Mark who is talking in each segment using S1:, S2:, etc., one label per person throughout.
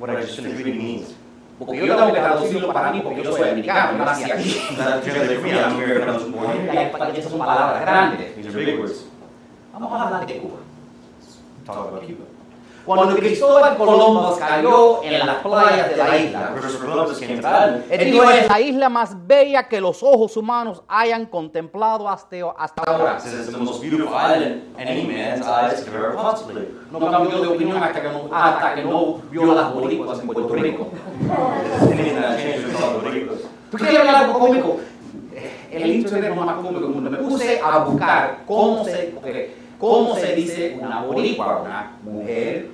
S1: what I just finished reading means.
S2: Porque yo tengo que traducirlo para mí porque yo soy americano, yo nací aquí.
S1: Not translate for me, I'm American, I was born here.
S2: Y hay- esas son palabras grandes.
S1: These are big words.
S2: Vamos a hablar de Cuba.
S1: Talk about Cuba.
S2: Cuando Cristóbal Colombo cayó en las playas de la isla,
S1: Christopher Columbus came to the island.
S2: él dijo, es la isla más bella que los ojos humanos hayan contemplado hasta, hasta ahora.
S1: It says it's the most beautiful island in any man's eyes could ever possibly.
S2: No cambió de opinión hasta que no, hasta que no vio las bolitas en Puerto Rico.
S1: Anything that changed was called ridiculous.
S2: ¿Tú quieres hablar algo cómico? El internet es lo más cómico del mundo. Me puse a buscar cómo se, porque, cómo se dice una boricua, una mujer eh,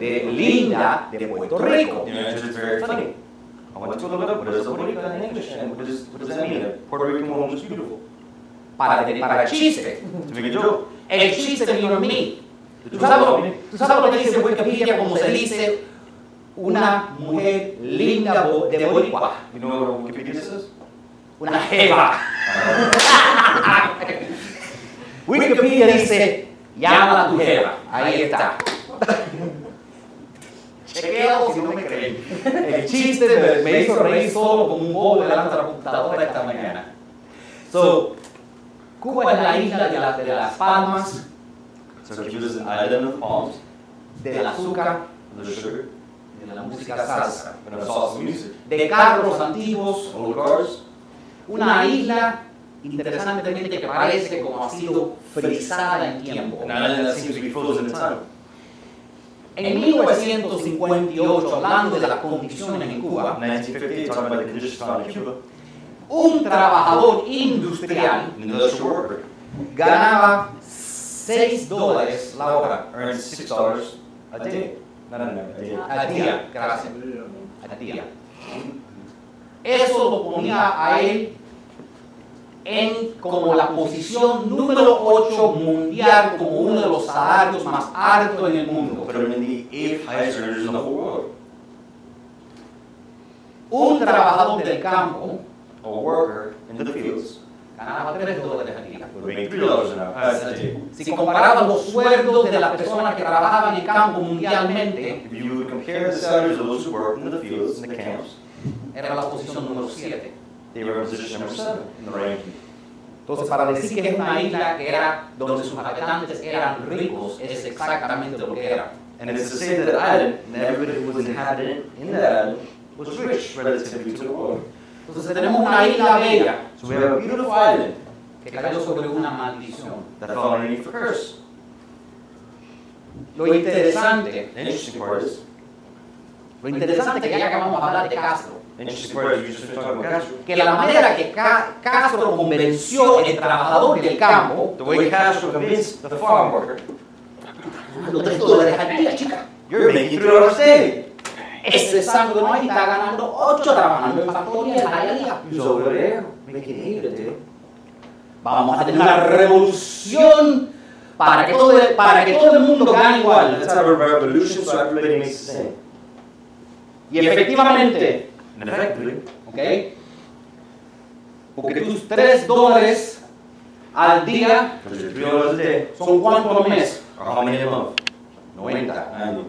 S2: de, linda de Puerto Rico.
S1: You know, it's just very funny. I went to look it up. What is a Boricua in English? And what, is, what does that mean? A Puerto Rican woman is beautiful.
S2: Para, para el chiste.
S1: To make a joke.
S2: El chiste vino en mí.
S1: The
S2: ¿Tú
S1: joke
S2: sabes,
S1: about
S2: lo-
S1: me.
S2: tú sabes lo que dice Wikipedia como se dice una mujer linda bo- de boricua?
S1: You know what Wikipedia says?
S2: Una jeva. Wikipedia dice, llama a tu jeva. Ahí está. Chequeado si no me creen. El chiste me, me hizo reír solo como un bobo delante de la computadora esta mañana. So, Cuba es la isla de, la- de las palmas,
S1: So Cuba is an island of palms,
S2: del azúcar,
S1: of the sugar,
S2: de la música salsa,
S1: and of salsa music.
S2: de carros antiguos,
S1: Old cars.
S2: una isla interesantemente que parece como ha sido frisada en tiempo.
S1: An island that seems to be frozen in time.
S2: En 1958, hablando de las condiciones en Cuba,
S1: 1958, talking about the conditions found in Cuba.
S2: un trabajador industrial
S1: An industrial worker
S2: ganaba 6 dólares la hora
S1: earns six dollars a day. Not an hour, a day.
S2: al día. Gracias. Al día. Eso lo ponía a él en como la posición número 8 mundial, como uno de los salarios más altos en el mundo.
S1: Put him in the eighth highest earners in the whole world.
S2: Un trabajador del campo
S1: A worker in the fields
S2: ganaba 3 dólares al día.
S1: would make three dollars an hour. That's a day.
S2: Si comparabas los sueldos de las personas que trabajaban en el campo mundialmente,
S1: If you would compare the salaries of those who worked in the fields and the camps,
S2: era la posición número 7.
S1: they were in position number seven in the ranking.
S2: Entonces, para decir que es una isla que era donde sus habitantes eran ricos, es exactamente lo que era.
S1: And it's to say that island, and everybody who was inhabitant in that island, was rich relatively to the world.
S2: Entonces, tenemos una isla bella
S1: So we have a beautiful island
S2: que cayó sobre una maldición.
S1: that fell underneath the curse.
S2: Lo interesante,
S1: The interesting part is,
S2: lo interesante es que ya acabamos de hablar de Castro,
S1: the interesting part is, we just talked about Castro.
S2: que la manera que Ca- Castro convenció el trabajador del campo,
S1: The way Castro convinced the farm worker,
S2: los tres dólares al día, chica.
S1: you're making three dollars a day.
S2: Ese santo no está ganando ocho trabajando en factorías allá día.
S1: Who's over there making eight a day?
S2: Vamos a tener una revolución para que todo, el- para que todo el mundo gane igual.
S1: Let's have a revolution so everybody makes the same.
S2: Y efectivamente,
S1: And effectively,
S2: ¿ok? Porque tus tres dólares al día
S1: because you're three dollars a day,
S2: son cuánto al mes?
S1: or how many a month?
S2: 90.
S1: Ninety.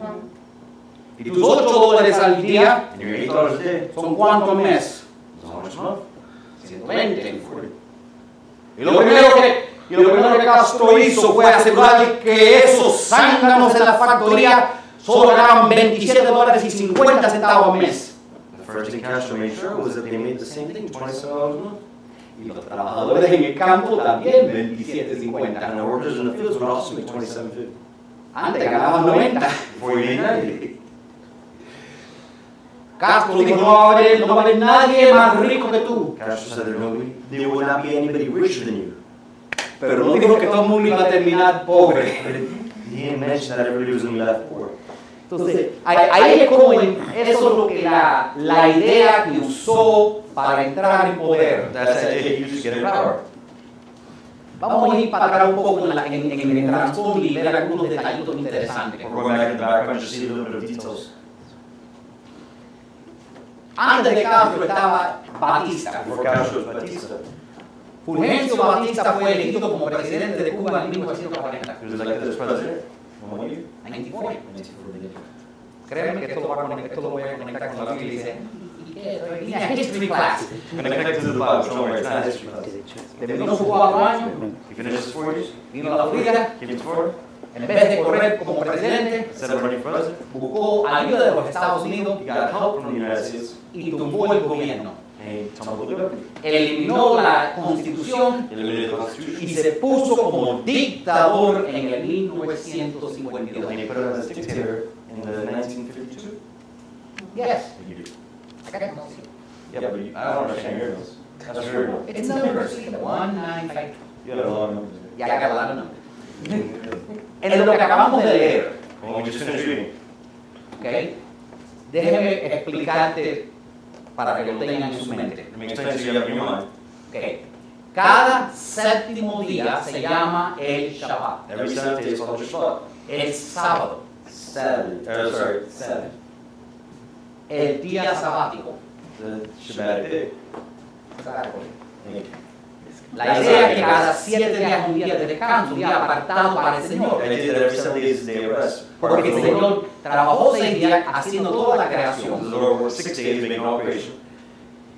S2: Y tus ocho dólares al día
S1: And you're eight dollars a day,
S2: son cuánto al mes?
S1: so how much a month?
S2: 120.
S1: Forty.
S2: Y lo primero que, y lo primero que Castro hizo fue asegurar que esos zánganos en la factoría solo ganaban 27 dólares y 50 centavos al mes.
S1: The first thing Castro made sure was that they made the same thing, twenty-seven dollars a month.
S2: Y los trabajadores en el campo también 27.50.
S1: And the workers in the fields would also make twenty-seven fifty.
S2: Antes ganaban 90.
S1: Before you made ninety.
S2: Castro dijo, no va a haber, no va a haber nadie más rico que tú.
S1: Castro said there nobody, there would not be anybody richer than you.
S2: Pero no dijo que todo el mundo iba a terminar pobre.
S1: But it- he didn't mention that everybody was gonna be left poor.
S2: Entonces, ahí, ahí es como, en- eso es lo que la, la idea que usó para entrar en poder.
S1: That's the idea he used to get in power.
S2: Vamos a ir para atrás un poco en, la- en- en el trasfondo y ver algunos detallitos interesantes.
S1: We're going back in the background just to see a little bit of details.
S2: Antes de Castro estaba Batista.
S1: Before Castro was Batista.
S2: Fulgencio Batista fue elegido como presidente de Cuba en 1940.
S1: He was elected as president. in What year?
S2: 94.
S3: Créeme que esto lo, va a conect- esto lo voy a conectar con la Biblia y dice,
S2: ¿Y qué? Estoy en una history class.
S1: And connected to the Bible somewhere, it's not history class.
S2: Terminó sus cuatro años,
S1: He finished his four years,
S2: vino a la Florida,
S1: came to Florida,
S2: en vez de correr como presidente,
S1: instead of running for president,
S2: buscó ayuda de los Estados Unidos
S1: he got help from the United States,
S2: y tumbó el gobierno.
S1: and he tumbled the government.
S2: Eliminó la constitución
S1: Eliminated the Constitution,
S2: y se puso como dictador en el 1952.
S1: and he put him as a dictator in the 1952.
S2: Yes,
S1: You do.
S2: I got notes here.
S1: Yeah, but you, I don't understand your notes. That's your notes.
S2: It's numbers. One, nine, five.
S1: You have a lot of numbers.
S2: Ya acabaron los nombres.
S1: there.
S2: En lo que acabamos de leer,
S1: Well, we just finished reading.
S2: ¿ok? Déjeme explicarte para que lo tengan en su mente.
S1: It makes sense you have it in your mind.
S2: ¿ok? Cada séptimo día se llama el Shabbat,
S1: Every Saturday is called Shabbat.
S2: el sábado,
S1: Saturday. Uh, sorry, Saturday.
S2: el día sabático.
S1: The Shabbat day. Thank you.
S2: La idea es que cada siete días es un día de descanso, un día apartado para el Señor.
S1: The idea that every Sunday is the day of rest.
S2: Porque el Señor trabajó seis días haciendo toda la
S1: The
S2: creación.
S1: Lord worked six days making all creation.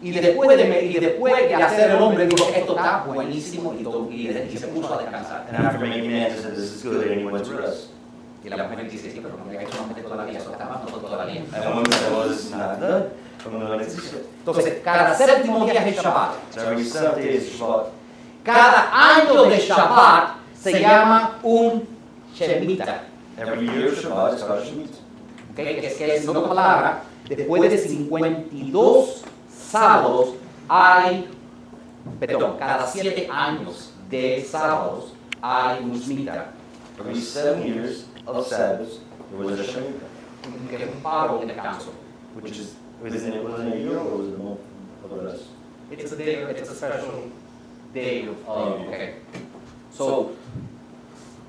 S2: Y después de, y después de hacer el hombre, dijo, esto está buenísimo, y, to- y, y se puso a descansar.
S1: And after making man, he said, this is good, and he went to rest.
S2: Y la mujer dice, sí, pero no me ha hecho hombre todavía, eso está más nosotros todavía.
S1: And the woman said, well, this is not done. From the next
S2: Entonces, cada séptimo día es el Shabbat.
S1: So every Saturday is Shabbat.
S2: Cada año de Shabbat se llama un Shemita,
S1: Every year of Shabbat is called Shemitah.
S2: ¿ok? que es que en otra palabra, después de 52 sábados hay, perdón, cada 7 años de sábados hay un Shemitah.
S1: Every seven years of Sabbath, there was a Shemitah,
S2: que es un paro de descanso.
S1: which is, wasn't it, wasn't it a year or was it a month of rest?
S3: it's a day, it's a special
S2: De, oh, okay. So,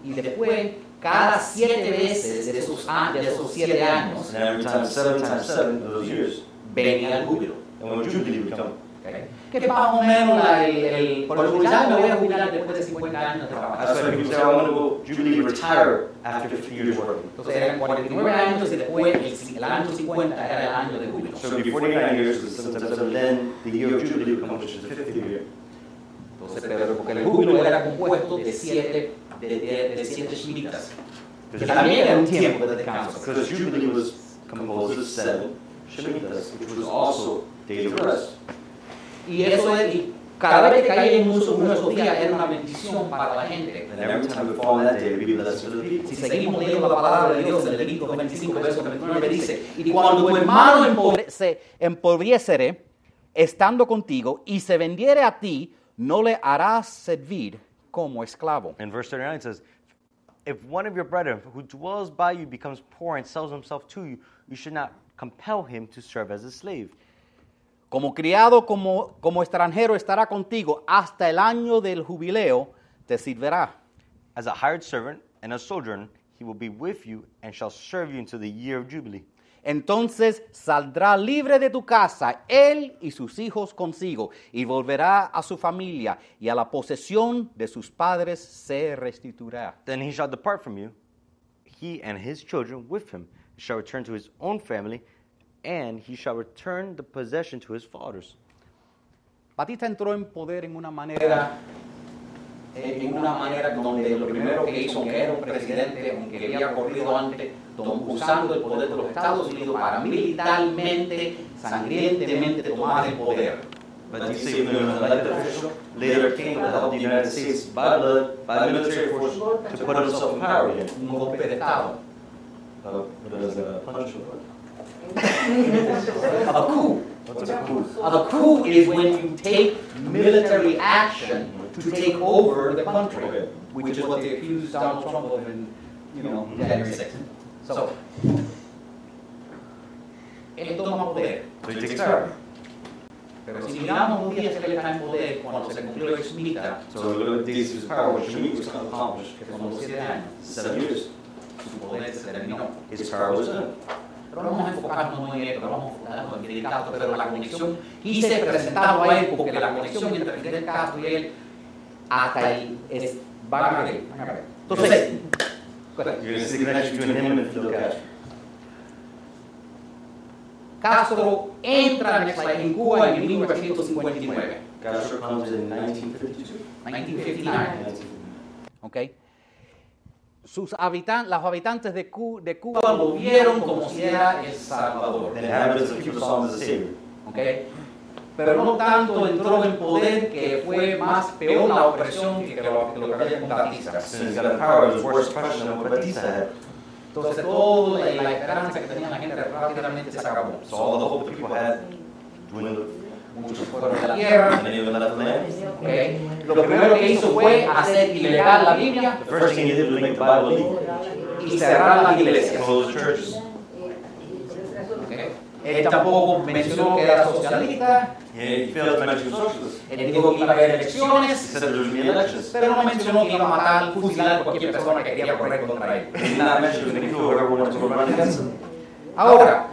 S2: y después, cada siete veces de esos, a- de esos siete años,
S1: And every time, seven times seven, those years.
S2: venía el júbilo.
S1: And when Jubilee would come,
S2: Okay. Que más o menos la, el, el, por lo general me voy a jubilar después de 50 años de trabajo.
S1: that's why people say, I want to go Jubilee retire after 50 years working.
S2: Entonces eran 49 años y después el, ci- el año 50 era el año de júbilo.
S1: So it'd be 49 years, but sometimes and then the year of Jubilee would come, which is the 50th year.
S2: Entonces, pero porque el júbilo era compuesto de siete, de, de, de siete shmitas, que también era un tiempo de descanso.
S1: Because Jubilee was composed of seven Shemitas, which was also days of rest.
S2: Y eso es, y cada vez que caía en uso uno de esos días era una bendición para la gente.
S1: And every time we fall on that day, it'd be blessed for the people.
S2: Si seguimos leyendo la palabra de Dios en Levítico 25, verso 29, dice, y cuando tu hermano empobre-
S4: se empobreciere estando contigo y se vendiere a ti, no le harás servir como esclavo.
S5: In verse 39 it says, If one of your brethren who dwells by you becomes poor and sells himself to you, you should not compel him to serve as a slave.
S4: Como criado, como, como extranjero estará contigo hasta el año del jubileo te servirá.
S5: As a hired servant and a sojourner, he will be with you and shall serve you until the year of Jubilee.
S4: Entonces saldrá libre de tu casa, él y sus hijos consigo, y volverá a su familia, y a la posesión de sus padres se restituirá.
S5: Then he shall depart from you, he and his children with him, shall return to his own family, and he shall return the possession to his fathers.
S4: Batista entró en poder en una manera
S2: era eh, en en una manera donde lo primero que hizo, aunque era un presidente, aunque había corrido antes, tom- usando el poder de los Estados Unidos para militarmente, sangrientemente tomar el poder.
S1: But you say even an elected official later came to help the United States by blood, by military force, to put himself in power again.
S2: Un golpe de Estado.
S1: Uh, what is a punch award?
S2: A coup.
S1: What's a coup?
S2: A coup is when you take military action to take over the country,
S1: Okay.
S2: which is what they accused Donald Trump of in, you know, January 6th. So, él toma poder,
S1: So he takes power.
S2: pero si miramos un día que él está en poder cuando se cumplió el Shemitah,
S1: So we look at these whose power, which we was kind of accomplished.
S2: que son los siete años,
S1: Seven years.
S2: su poder se terminó.
S1: His power was done.
S2: Pero vamos a enfocarnos en esto, vamos a enfocarnos en Fidel Castro, pero la conexión, quise presentarlo a él porque la conexión entre Fidel Castro y él hasta ahí es van a ver, van a ver. Entonces,
S1: You're going to see the connection between him and Fidel Castro.
S2: Castro entra en Exla- en Cuba en 1959,
S1: Castro comes in 1952.
S2: 1959.
S1: 1959.
S4: ¿ok? Sus habitan- los habitantes de, Cu- de Cuba
S2: Cuba lo vieron como si era El Salvador.
S1: The inhabitants of Cuba saw him as a savior.
S2: ¿ok? Pero no tanto entró en poder que fue más peor la opresión que, que lo, que lo que había con Batista.
S1: As soon as he got in power, it was worse oppression than what Batista had.
S2: Entonces toda la, la esperanza que tenía la gente rápidamente se acabó.
S1: So all the hope the people had dwindled.
S2: Muchos fueron de la tierra.
S1: Many of them left the land.
S2: ¿ok? Lo primero que hizo fue hacer ilegal la Biblia
S1: The first thing he did was make the Bible legal.
S2: y cerrar las
S1: He
S2: iglesias.
S1: closed the churches.
S2: ¿ok? Él tampoco mencionó que era socialista,
S1: He he failed to mention socialists.
S2: él dijo que iba a haber
S1: He
S2: elecciones,
S1: said there was going to be elections.
S2: pero no mencionó que iba a matar, fusilar a cualquier persona que quería correr contra él.
S1: He did not mention it was going to kill whoever wanted to run against him.
S2: Ahora,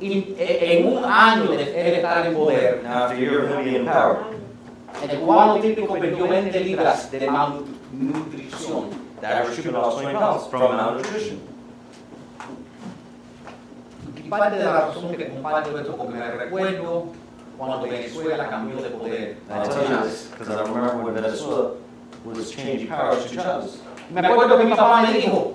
S2: in- e- en un año de él estar en poder,
S1: Now, after a year of him being in power,
S2: el cubano típico perdió 20 libras de malnutrición.
S1: the average Cuban lost 20 pounds from malnutrition.
S2: Y parte de la razón que comparto esto, porque me recuerdo cuando Venezuela cambió de poder.
S1: I tell you this because I remember when Venezuela was changing power to Chavez.
S2: Me acuerdo que mi papá me dijo,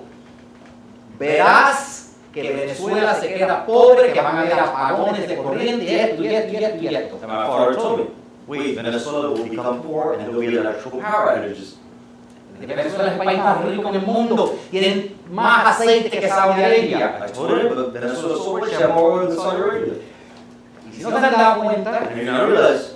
S2: verás que Venezuela se queda pobre, que van a haber apagones de corriente, y esto, y esto, y esto, y esto.
S1: And my father told me, wait, Venezuela will become poor and there'll be electrical power outages.
S2: Venezuela es el país más rico en el mundo, tienen más aceite que Saudi Arabia.
S1: I told him, but Venezuela's so rich, they have more oil than Saudi Arabia.
S2: Y si no se han dado cuenta,
S1: And you now realize,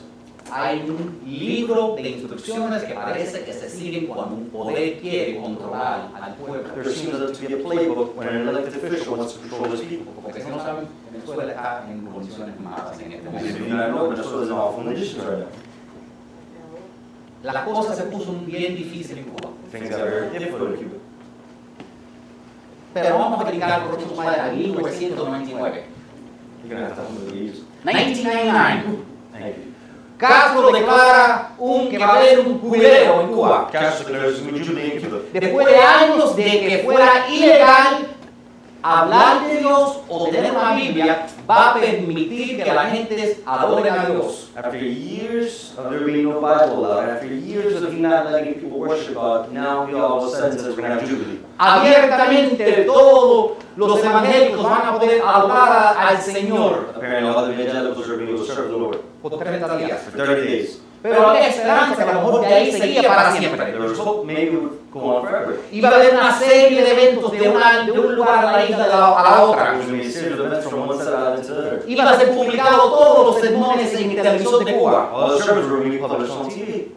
S2: hay un libro de instrucciones que parece que se siguen cuando un poder quiere controlar al pueblo.
S1: there seems to be a playbook when an elected official wants to control his people.
S2: Porque si no saben, Venezuela está en condiciones malas en este
S1: If you
S2: momento.
S1: do not know, Venezuela's in awful conditions right now.
S2: La cosa se puso bien difícil en Cuba.
S1: Things got very difficult in Cuba.
S2: Pero vamos a brincar por próximo slide a 1999.
S1: You're gonna have to help me with these.
S2: 1999.
S1: Thank you.
S2: Castro declara un, que va a haber un jubileo en Cuba.
S1: Castro declares new jubilee in Cuba.
S2: Después de años de que fuera ilegal hablar de Dios o tener una Biblia, va a permitir que la gente adore a Dios.
S1: After years of there being no Bible allowed, after years of not letting people worship God, now he all of a sudden says we're gonna have jubilee.
S2: Abiertamente todos los evangélicos van a poder adorar a- al Señor
S1: Apparently, all the evangelicals are being able to serve the Lord
S2: por 30 días.
S1: for 30 days.
S2: Pero había esperanza que a lo mejor de ahí seguía para siempre.
S1: There was hope maybe it would go on forever.
S2: Iba a haber una serie de eventos de, una- de un lugar a la isla de la- a la
S1: There
S2: otra.
S1: was going to be a series of events from one side of the island to the other.
S2: Iban a ser publicados todos los sermones en el televisor de Cuba.
S1: All the sermons were going to be published on TV.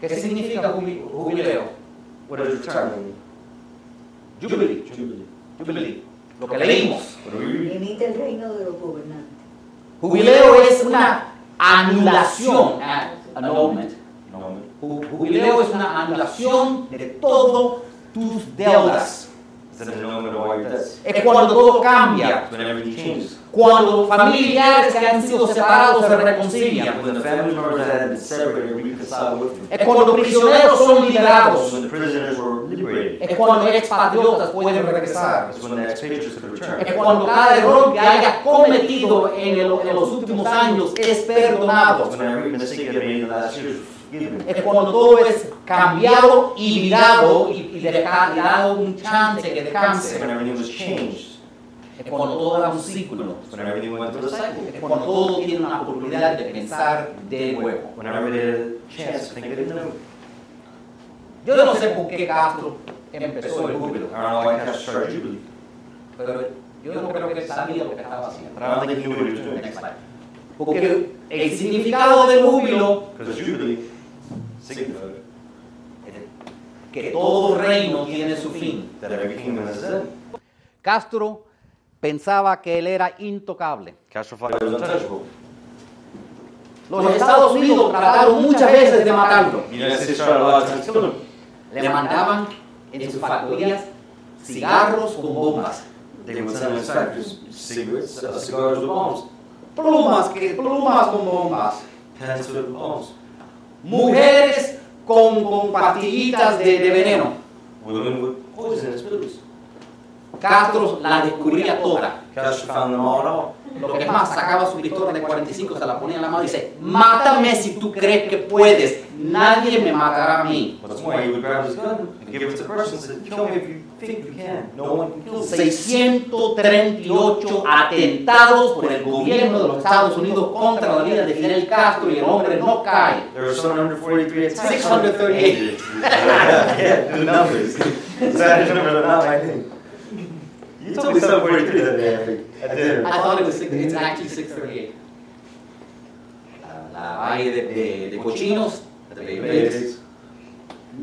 S2: ¿Qué significa jubi- jubileo?
S1: What is retirement? mean?
S2: Jubilee.
S1: Jubilee.
S2: Jubilee. Lo que leímos.
S1: What do we read?
S6: Limita el reino de los gobernantes.
S2: Jubileo es una anulación. ah, annulment.
S1: No,
S2: Ju- Jubileo es una anulación de todas tus deudas.
S1: it's an annulment of all your debts.
S2: Es cuando todo cambia.
S1: When everything changes.
S2: Cuando familiares que han sido separados se reconcilian.
S1: When the family members that had been separated were reconciled with them.
S2: Es cuando prisioneros son liberados.
S1: When the prisoners were liberated.
S2: Es cuando expatriotas pueden regresar.
S1: That's when the expatriates could return.
S2: Es cuando cada error que hayas cometido en, el- en los últimos años es perdonado.
S1: That's when every mistake that made in the last years was forgiven.
S2: Es cuando todo es cambiado y mirado y, y deja- y dado un chance que
S1: That's
S2: descanse.
S1: when everything was changed.
S2: Es cuando todo da un ciclo.
S1: That's when everything went through a cycle.
S2: Es cuando todo tiene una oportunidad de pensar de nuevo.
S1: Whenever they had a chance to think they didn't know.
S2: Yo no sé por qué Castro empezó el
S1: I
S2: júbilo,
S1: don't know why Castro started Jubilee.
S2: pero yo no creo que él sabía lo que estaba haciendo.
S1: But I don't think he knew what he was doing.
S2: Next slide. Porque el significado del júbilo
S1: Because Jubilee signified
S2: que todo reino tiene su fin.
S1: that every kingdom has its end.
S4: Castro pensaba que él era intocable.
S5: Castro
S1: But it
S5: fought
S1: was untouchable.
S2: Los Estados Unidos trataron muchas veces de matarlo.
S1: The United States tried a lot of times to kill him.
S2: Le mandaban en sus factorías cigarros con bombas.
S1: They would send him factories, cigarettes, uh, cigars with bombs,
S2: Plumas, que, plumas con bombas.
S1: pens with bombs,
S2: Mujeres con, con pastillitas de, de veneno.
S1: women with poison in his pillows.
S2: Castro la descubría toda.
S1: Castro found them all out.
S2: Lo que es más, sacaba su pistola de 45, se la ponía en la mano y dice, mátame si tú crees que puedes, nadie me matará a mí.
S1: What's more, he would grab his gun and give it to the person and said, kill me if you think you can. No one can kill me.
S2: 638 atentados por el gobierno de los Estados Unidos contra la vida de Fidel Castro y el hombre no cae.
S1: There were 743 attacks.
S2: 638.
S1: yeah, the numbers. Saturday numbers are not my thing. You told me 743 that day, I think, at dinner.
S2: I thought it was six- it's actually 638. La- La valle de, de- de cochinos, de bebés,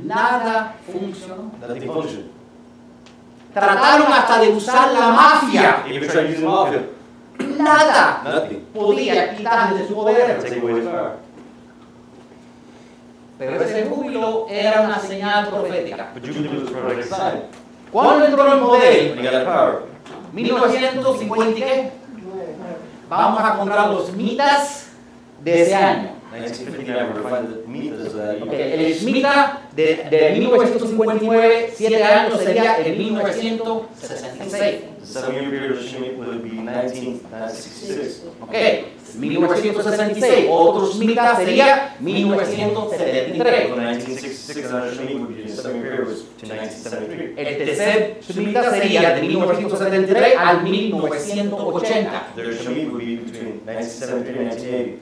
S2: nada funcionó.
S1: Nothing functioned.
S2: Trataron hasta de usar la mafia.
S1: Even tried using mafia.
S2: Nada
S1: Nothing.
S2: podía quitarle de su poder.
S1: Take away his power.
S2: Pero ese júbilo era una señal profética.
S1: But you can do this for the next time.
S2: ¿Cuándo entró en
S1: When
S2: poder?
S1: you got that power.
S2: 1950. ¿qué? Vamos a contar los mitas de ese año.
S1: 1959, we find the meat is uh, that
S2: Ok,
S1: you
S2: El Smita de, de 1959, 7 años, sería el 1966.
S1: The seven-year period of Shemit would be 1966.
S2: Ok, 1966. Otro Smita sería 1973.
S1: 1966 under Shemit uh, would be the seven-year period was to 1973.
S2: El tercer Smita sería de 1973 al 1980.
S1: Their Shemit would be between 1973 and 1980.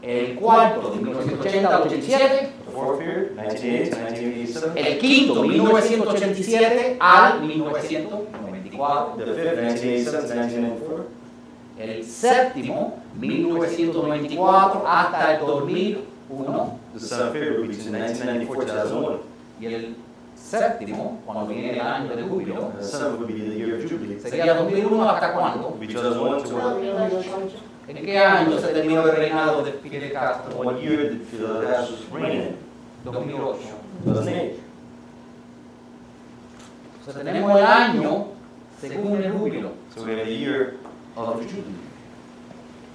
S2: El cuarto, de 1980 al 87.
S1: The fourth period, 1980 to 1987.
S2: El quinto, 1987 al 1994.
S1: The fifth, 1987 to 1994.
S2: El séptimo, 1994 hasta el 2001.
S1: The seventh period would be to 1994 to 2001.
S2: Y el séptimo, cuando viene el año de júbilo,
S1: The seventh would be the year of Jubilee.
S2: sería 2001 hasta cuándo?
S1: Would be 2001 to what?
S2: ¿En qué año se terminó el reinado de Fidel Castro?
S1: What year did Fidel Castro's reign in?
S2: 2008.
S1: 2008.
S2: Entonces tenemos el año según el júbilo.
S1: So we have the year of Jubilee.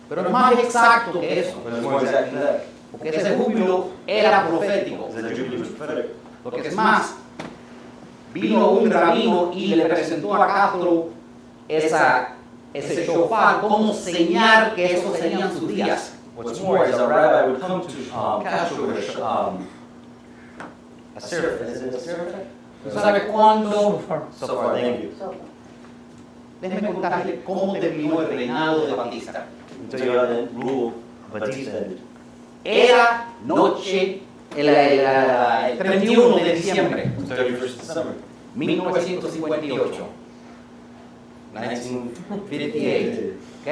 S2: Pero es más exacto que eso,
S1: But it's more exact than that.
S2: porque ese júbilo era profético.
S1: Is that Jubilee was prophetic.
S2: Lo que es más, vino un rabino y le presentó a Castro esa, ese shofar como señal que esos serían sus días.
S1: What's more is a rabbi would come to um, Castro with um, a seraph. Is it a seraph?
S2: ¿Tú sabes cuándo?
S1: So far, thank you.
S2: Déjenme contarles cómo terminó el reinado de Batista.
S1: I'll tell you how the rule Batista ended.
S2: Era noche, el, el- el 31 de diciembre
S1: 31st of December,
S2: 1958.
S1: 1958.
S2: ¿ok?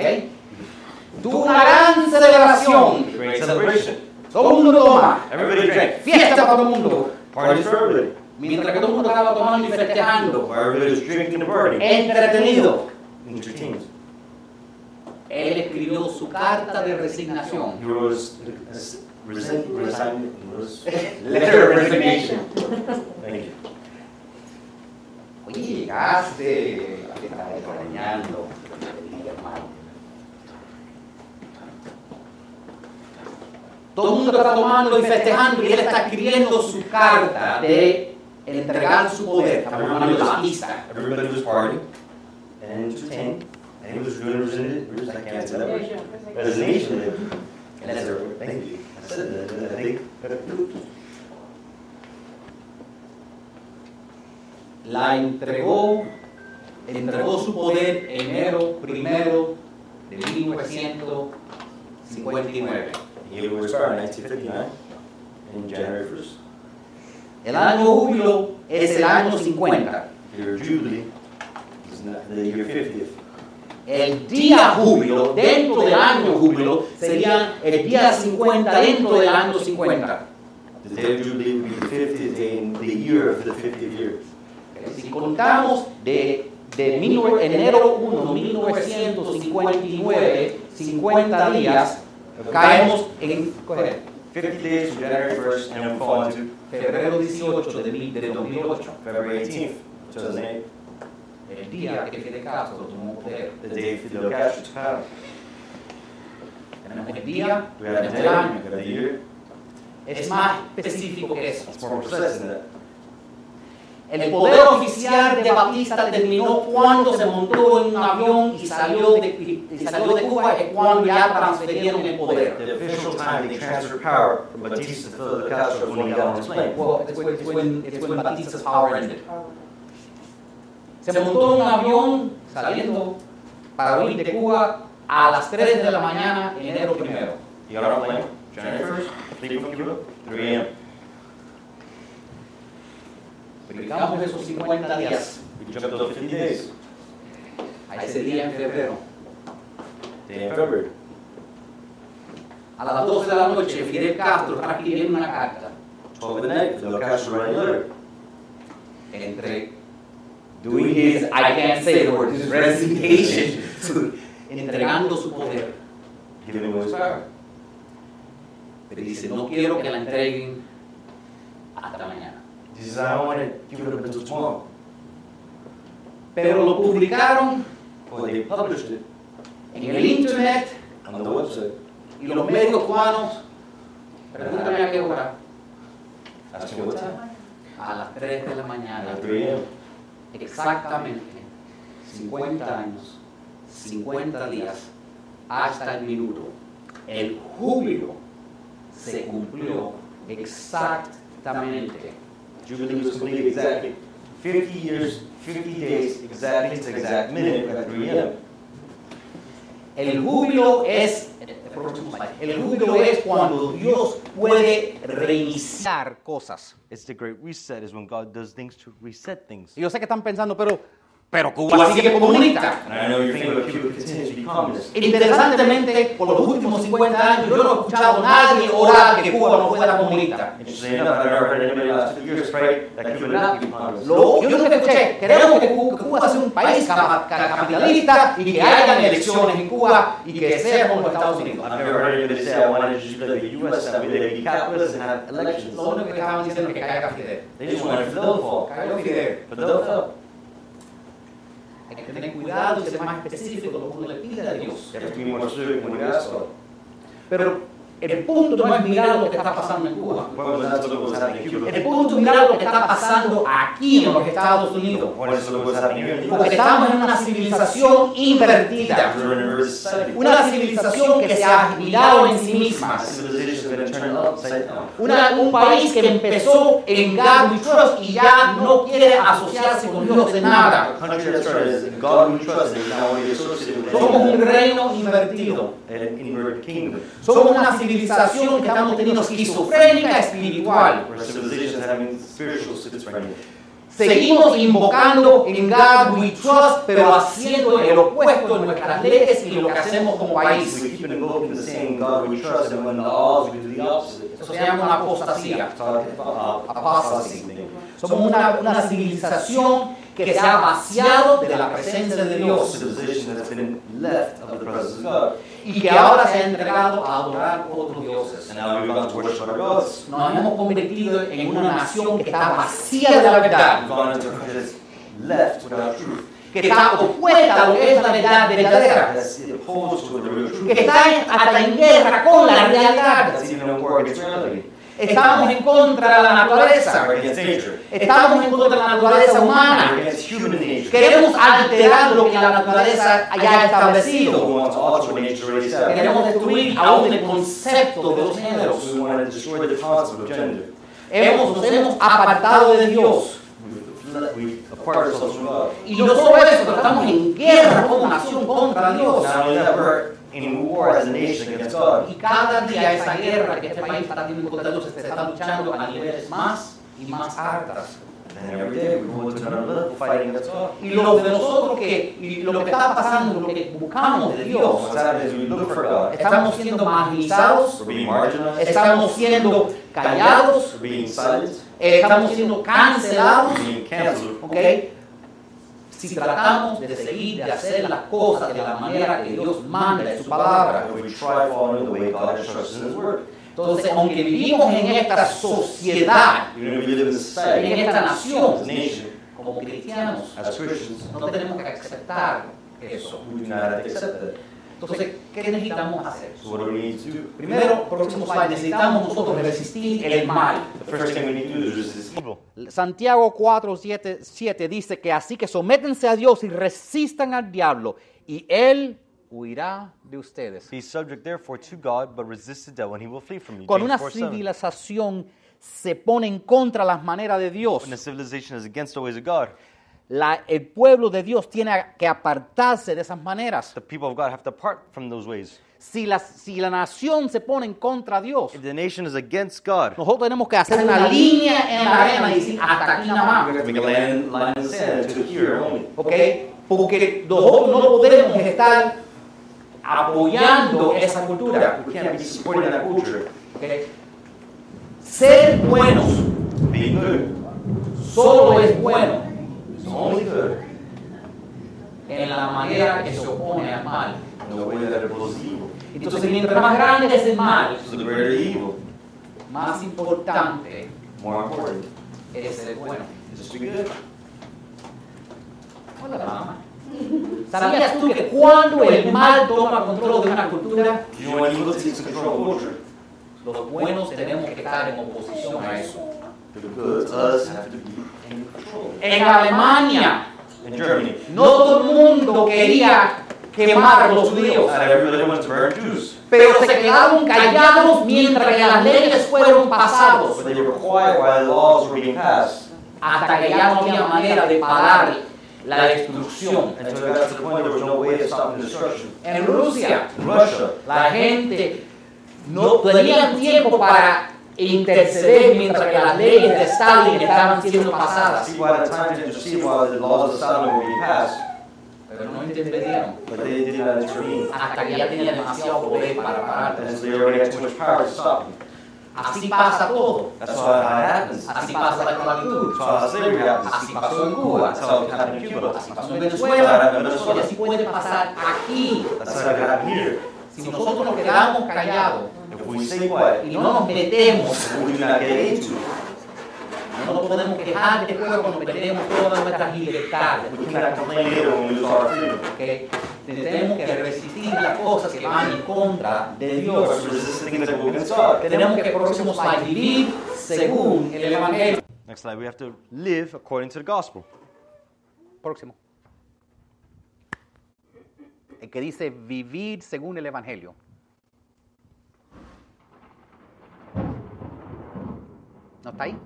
S2: Tuvo una gran celebración.
S1: Great celebration.
S2: Todo el mundo toma.
S1: Everybody drank.
S2: Fiesta para todo el mundo.
S1: Party for everybody.
S2: Mientras que todo el mundo estaba tomando y festejando.
S1: While everybody was drinking the party.
S2: Entretenido.
S1: Entertained.
S2: Él escribió su carta de resignación.
S1: He wrote his, his resign, resign, his letter of resignation. Thank you.
S2: Oye, llegaste, la fiesta de extrañando, mi hermano. Todo el mundo está tomando y festejando y él está escribiendo su carta de entregar su poder. Estamos hablando de Batista.
S1: Everybody was partying and entertained. And he was doing resignation. I can't say that word. Resignation. letter. And that's it. Thank you. I said that. I think.
S2: La entregó, entregó su poder enero primero de 1959.
S1: He was started in 1959 in January 1st.
S2: El año júbilo es el año 50.
S1: Year of Jubilee is not the year 50th.
S2: El día júbilo, dentro del año júbilo, sería el día 50 dentro del año 50.
S1: The day of Jubilee would be the 50th day in the year of the 50th year.
S2: Si contamos de, de mil nue- enero 1, 1959, 50 días, caemos en coge,
S1: 50 days from January 1st and it would fall into
S2: febrero 18 de, mil- de 2008,
S1: February 18th, 2008,
S2: el día que Fidel Castro tomó poder.
S1: the day Fidel Castro took power.
S2: Tenemos el día,
S1: We have
S2: tenemos
S1: the
S2: el
S1: day,
S2: año.
S1: we have the year.
S2: Es más específico que eso.
S1: It's more precise than that.
S2: El poder oficial de Batista terminó cuando se montó en un avión y salió de, y salió de Cuba, es cuando ya transferieron el poder.
S1: The official time they transferred power from Batista to Fidel Castro was when he got on his plane.
S2: Well, it's when- it's when- it's when Batista's power ended. Se montó en un avión saliendo para huir de Cuba a las 3 de la mañana, enero primero.
S1: He got on a plane, January 1st, leaving from Cuba, 3 a.m.
S2: Brincamos esos 50 días
S1: We jumped over 50 days,
S2: a ese día en febrero.
S1: day in February.
S2: A las 12 de la noche, Fidel Castro está escribiendo una carta
S1: 12 at night, Fidel Castro writing a letter.
S2: entre doing his, I can't say the word, his resignation, to- entregando su poder.
S1: giving away his power.
S2: Pero dice, no quiero que la entreguen hasta mañana.
S1: He says, I don't want to give it up until tomorrow.
S2: Pero lo publicaron
S1: Well, they published it
S2: en el internet
S1: on the website.
S2: y los medios cubanos, pregúntame a qué hora,
S1: Ask me what time?
S2: a las 3 de la mañana,
S1: At 3 a.m.
S2: exactamente 50 años, 50 días, hasta el minuto. El júbilo se cumplió exactamente.
S1: Jubilee was completed exactly 50 years, 50 days, exactly to the exact minute at 3 a.m.
S2: El júbilo es, el júbilo es cuando Dios puede reiniciar.
S4: Dar cosas.
S5: It's the great reset, is when God does things to reset things.
S4: Y yo sé que están pensando, pero, pero Cuba
S2: Cuba
S4: sigue
S2: sigue comunista.
S1: And I know you think about Cuba continues to be communist.
S2: Interesantemente, por los últimos 50 años, yo no he escuchado a nadie orar que Cuba no fuera comunista.
S1: Interesting enough, I've never heard anybody in the last few years pray that Cuba not be communist.
S2: Lo, yo nunca escuché, queremos que Cu- que Cuba, sea un país capa- ca- capitalista y que hayan elecciones en Cuba y que seamos los Estados Unidos.
S1: I've never heard anybody say, I wanted to just be like the U.S., that way they could be capitalist and have elections.
S2: Lo único que estaban diciendo es que caiga Fidel.
S1: They just wanted Fidel to fall.
S2: Cayó Fidel.
S1: Fidel fell.
S2: Hay que tener cuidado y ser más específico con lo que uno le pide a Dios.
S1: You have to be more specific when you ask for it.
S2: Pero el punto no es mirar lo que está pasando en Cuba.
S1: What was that look what was happening in Cuba?
S2: El punto es mirar lo que está pasando aquí en los Estados Unidos.
S1: What is look what was happening here in the
S2: Porque
S1: U.S.?
S2: estamos en una civilización invertida.
S1: We're in a reverse society.
S2: Una civilización que se ha girado en sí
S1: Our
S2: misma.
S1: civilization has been turned upside down.
S2: Una- un país que empezó en God We Trust y ya no quiere asociarse con Dios de
S1: A
S2: nada.
S1: country that started as God we trust and now we associated with
S2: Somos
S1: an
S2: un reino invertido.
S1: inward kingdom.
S2: Somos una civilización que estamos teniendo esquizofrénica espiritual.
S1: Where civilization is having spiritual schizophrenia.
S2: Seguimos invocando en God We Trust, pero haciendo el opuesto en nuestras leyes y lo que hacemos como país.
S1: We keep invoking the same God we trust and when the odds we do the opposite.
S2: Eso se llama una apostasía.
S1: It's all about
S2: Apostasy.
S1: apostasy.
S2: Somos una, una civilización que se ha vaciado de la presencia de Dios
S1: Civilization that's been left of the presence of God.
S2: y que ahora se ha entregado a adorar otros
S1: And
S2: dioses.
S1: now we've gone to worship our gods.
S2: Nos hemos convertido en una nación que está vacía de la verdad,
S1: We've gone into a country that's left without truth.
S2: que está opuesta a lo que es la verdad verdadera,
S1: That's opposed to the real
S2: que
S1: truth.
S2: está en- hasta en guerra con la realidad.
S1: That's even a war against reality.
S2: Estamos en contra de la naturaleza,
S1: Or against nature.
S2: estamos en contra de la naturaleza
S1: Or
S2: humana.
S1: against human nature.
S2: Queremos alterar lo que la naturaleza ya ha
S1: We
S2: establecido.
S1: want to alter what nature already established.
S2: Queremos destruir aún el concepto de los
S1: We
S2: géneros.
S1: want to destroy the concept of gender.
S2: Hemos, nos hemos apartado de Dios.
S1: We apart ourselves from God.
S2: Y no solo eso, pero estamos en guerra como nación contra Dios.
S1: Not only that, we're in war as a nation against God.
S2: Y cada día esa guerra que este país está teniendo contra Dios se está luchando a niveles más y más altas.
S1: And every day we go into another level fighting against God.
S2: Y lo de nosotros que, y lo que está pasando, lo que buscamos de Dios,
S1: What's happening is we look for God.
S2: estamos siendo marginalizados,
S1: We're being marginalized.
S2: estamos siendo callados,
S1: We're being silenced.
S2: estamos siendo cancelados.
S1: We're being canceled. Oh
S2: ¿ok? Si tratamos de seguir, de hacer las cosas de la manera que Dios manda en su palabra.
S1: If we try following the way God instructs us in His Word,
S2: Entonces, aunque vivimos en esta sociedad,
S1: even if we live in
S2: en
S1: society,
S2: esta
S1: as a
S2: nación,
S1: nation,
S2: como cristianos,
S1: as Christians,
S2: no tenemos que aceptar eso.
S1: we do not have to accept that.
S2: Entonces, ¿qué necesitamos hacer?
S1: So what do we need to do?
S2: Primero, próximo slide, necesitamos nosotros resistir el mal.
S1: The first thing we need to do is resist evil.
S4: Santiago 4, 7, 7 dice que así que sométense a Dios y resistan al diablo y él huirá de ustedes.
S5: Be subject therefore to God, but resist the devil, and he will flee from you.
S4: Cuando una
S5: James 4:7.
S4: civilización se pone en contra las maneras de Dios,
S5: When a civilization is against the ways of God,
S4: la- el pueblo de Dios tiene que apartarse de esas maneras.
S5: the people of God have to part from those ways.
S4: Si la, si la nación se pone en contra de Dios,
S5: If the nation is against God,
S4: nosotros tenemos que hacer
S2: Hacer
S4: una
S2: una
S4: línea,
S2: línea en la arena y decir, hasta aquí nada más.
S1: Make a land, line in the sand to here only.
S4: ¿ok? Porque nosotros no podemos estar
S2: apoyando esa cultura.
S1: We can't be supporting that culture.
S2: ¿ok? Ser buenos
S1: Being good
S2: solo es bueno
S1: is only good
S2: en la manera que se opone al mal.
S1: in the way that opposed evil.
S2: Entonces, mientras más grande es el mal,
S1: So the greater the evil,
S2: más importante
S1: more important
S2: es ser bueno.
S1: is just to be good.
S2: Hola, mamá. ¿Sabías tú que cuando el mal toma control de una cultura,
S1: You know when evil takes control of culture,
S2: los buenos tenemos que estar en oposición a eso?
S1: the good us have to be in control.
S2: En Alemania,
S1: In Germany,
S2: no todo el mundo quería quemar a los judíos.
S1: not everybody wants to burn Jews,
S2: pero se quedaron callados mientras que las leyes fueron pasadas,
S1: but they were quiet while the laws were being passed.
S2: hasta que ya no había manera de parar la destrucción.
S1: Until it got to the point there was no way of stopping destruction.
S2: En Rusia,
S1: In Russia,
S2: la gente no tenía tiempo para interceder mientras que las leyes de Stalin estaban siendo pasadas,
S1: people had time to intercede while the laws of Sodom were being passed,
S2: pero no intervenían
S1: but they did not intervene.
S2: hasta que ya tenían demasiado poder para parar.
S1: And so they already had too much power to stop them.
S2: Así pasa todo,
S1: That's how it happens. That's
S2: así pasa la esclavitud,
S1: how slavery happens.
S2: así pasó en Cuba,
S1: That's how it happened in Cuba.
S2: así pasó en Venezuela, y así puede pasar aquí.
S1: That's how it happened here.
S2: Si nosotros nos quedamos callados
S1: If we stay quiet,
S2: y no nos metemos,
S1: we do not get into it.
S2: no nos podemos quejar después cuando perdemos todas nuestras libertades.
S1: We cannot complain later when we lose our freedom.
S2: ¿ok? Tenemos que resistir las cosas que van en contra de
S1: We must
S2: Dios.
S1: resist things that go against God.
S2: Tenemos que, próximo slide, vivir según el Evangelio.
S5: next slide, we have to live according to the gospel.
S4: Próximo. El que dice vivir según el Evangelio. ¿No está ahí?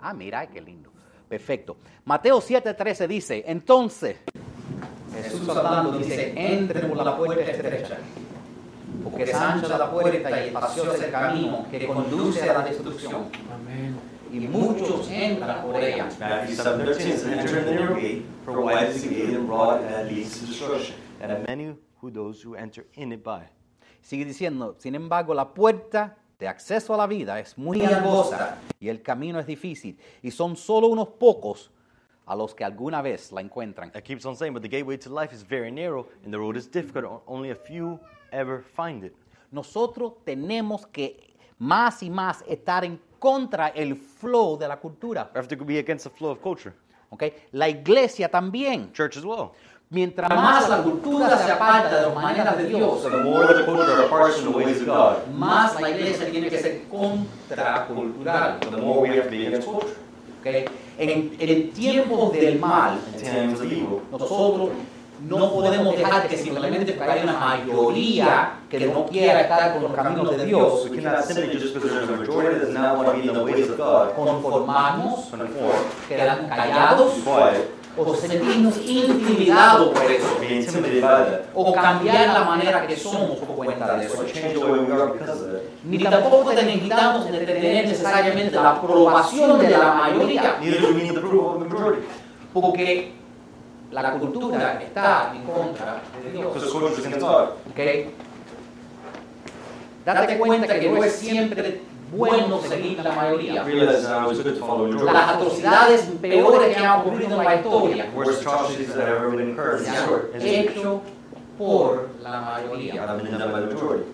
S4: Ah, mira, qué lindo. Perfecto. Mateo 7:13 dice, entonces,
S2: Jesús hablando dice, entren por la puerta estrecha, porque es ancha la puerta y espacioso el camino que conduce a la destrucción. Y muchos entran por ella.
S1: Matthew 7:13 says, "Enter in the narrow gate, for wide is the gate and broad and that leads to destruction." And
S5: And many who those who enter in it by.
S4: sigue diciendo, sin embargo, la puerta de acceso a la vida es muy angosta y el camino es difícil y son solo unos pocos a los que alguna vez la encuentran.
S5: That keeps on saying, but the gateway to life is very narrow, and the road is difficult. o- Only a few ever find it.
S4: Nosotros tenemos que más y más estar en contra el flow de la cultura.
S5: We have to be against the flow of culture.
S4: ¿ok? La iglesia también.
S5: Church as well.
S4: Mientras
S2: Más
S4: más
S2: la cultura se aparta de las maneras de Dios,
S1: The more the culture departs from the ways of God,
S2: más la iglesia tiene que ser contracultural.
S1: the more we have to be against culture.
S2: ¿ok? En, en tiempos del mal,
S1: In times of evil,
S2: nosotros no podemos dejar que simplemente porque hay una mayoría que no quiera estar con los caminos de Dios,
S1: we cannot simply just because there's a majority that does not want to be in the ways of God,
S2: conformarnos,
S1: conform,
S2: quedarnos callados
S1: be quiet,
S2: o sentirnos intimidados por eso
S1: be intimidated by that,
S2: o cambiar la manera que somos por cuenta de eso.
S1: or change the way we are because of that.
S2: Ni tampoco necesitamos de tener necesariamente la aprobación de la mayoría
S1: Neither do we need the approval of the majority,
S2: porque la cultura está en contra de
S1: because
S2: Dios.
S1: the culture is against God.
S2: ¿ok? Date cuenta que no es siempre bueno seguir la mayoría.
S1: I realize now it's good to follow the
S2: Las
S1: majority.
S2: atrocidades peores que han ocurrido en la historia
S1: The worst atrocities that have ever been incurred in
S2: se
S1: this
S2: han
S1: world
S2: hecho por la mayoría.
S1: have been done by the majority.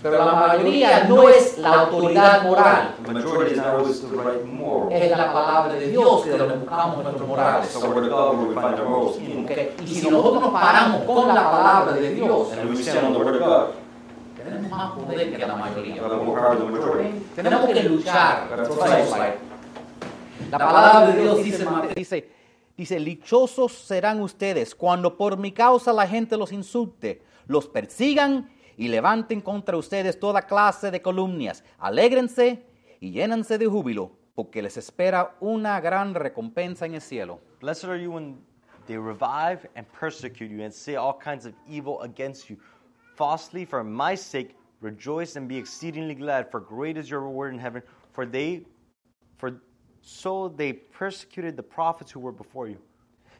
S2: Pero la mayoría no es la autoridad moral,
S1: The majority is not always the right moral.
S2: es la palabra de Dios que donde buscamos nuestros morales.
S1: So we're God, where we find our morals in.
S2: ¿ok? Y si nosotros nos paramos con la palabra de Dios,
S1: And we stand on the word of God.
S2: tenemos más poder que la
S1: We
S2: mayoría.
S1: have more power than the majority.
S2: Tenemos que luchar.
S1: That's right.
S2: La palabra de Dios dice en Mateo
S4: Dice, dice, dichosos serán ustedes cuando por mi causa la gente los insulte, los persigan y levanten contra ustedes toda clase de calumnias. Alégrense y llénense de júbilo, porque les espera una gran recompensa en el cielo.
S5: Blessed are you when they revive and persecute you and say all kinds of evil against you falsely for my sake. Rejoice and be exceedingly glad, for great is your reward in heaven. For they, for so they persecuted the prophets who were before you.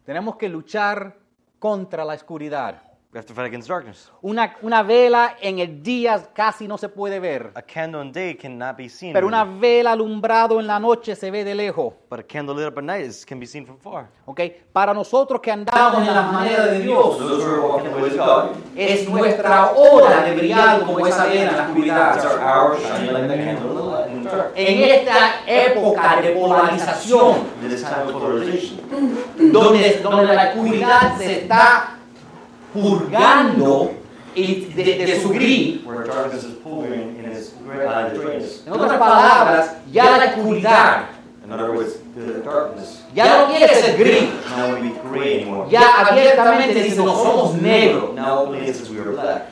S4: Tenemos que luchar contra la oscuridad.
S5: We have to fight against darkness.
S4: Una, una vela en el día casi no se puede ver,
S5: A candle in day cannot be seen,
S4: pero una
S5: really,
S4: vela alumbrado en la noche se ve de lejos.
S5: but a candle lit up at night is, can be seen from far.
S4: ¿ok? Para nosotros que andamos
S2: estamos en la manera de
S1: So
S2: Dios.
S1: those who are walking the ways of God,
S2: Es nuestra hora de brillar como esa vela en la
S1: that's
S2: oscuridad.
S1: our hour shining like that candle in the light in the dark.
S2: En esta época de polarización,
S1: In this time of polarization,
S2: donde, donde la oscuridad se está purgando y de, de su gris.
S1: where darkness is pulling in its grand greatness.
S2: En otras palabras, ya la oscuridad
S1: In other words, the darkness
S2: ya no quiere ser gris.
S1: is not going to be gray anymore.
S2: Ya abiertamente dicen, no somos negros.
S1: Now openly it says we are black.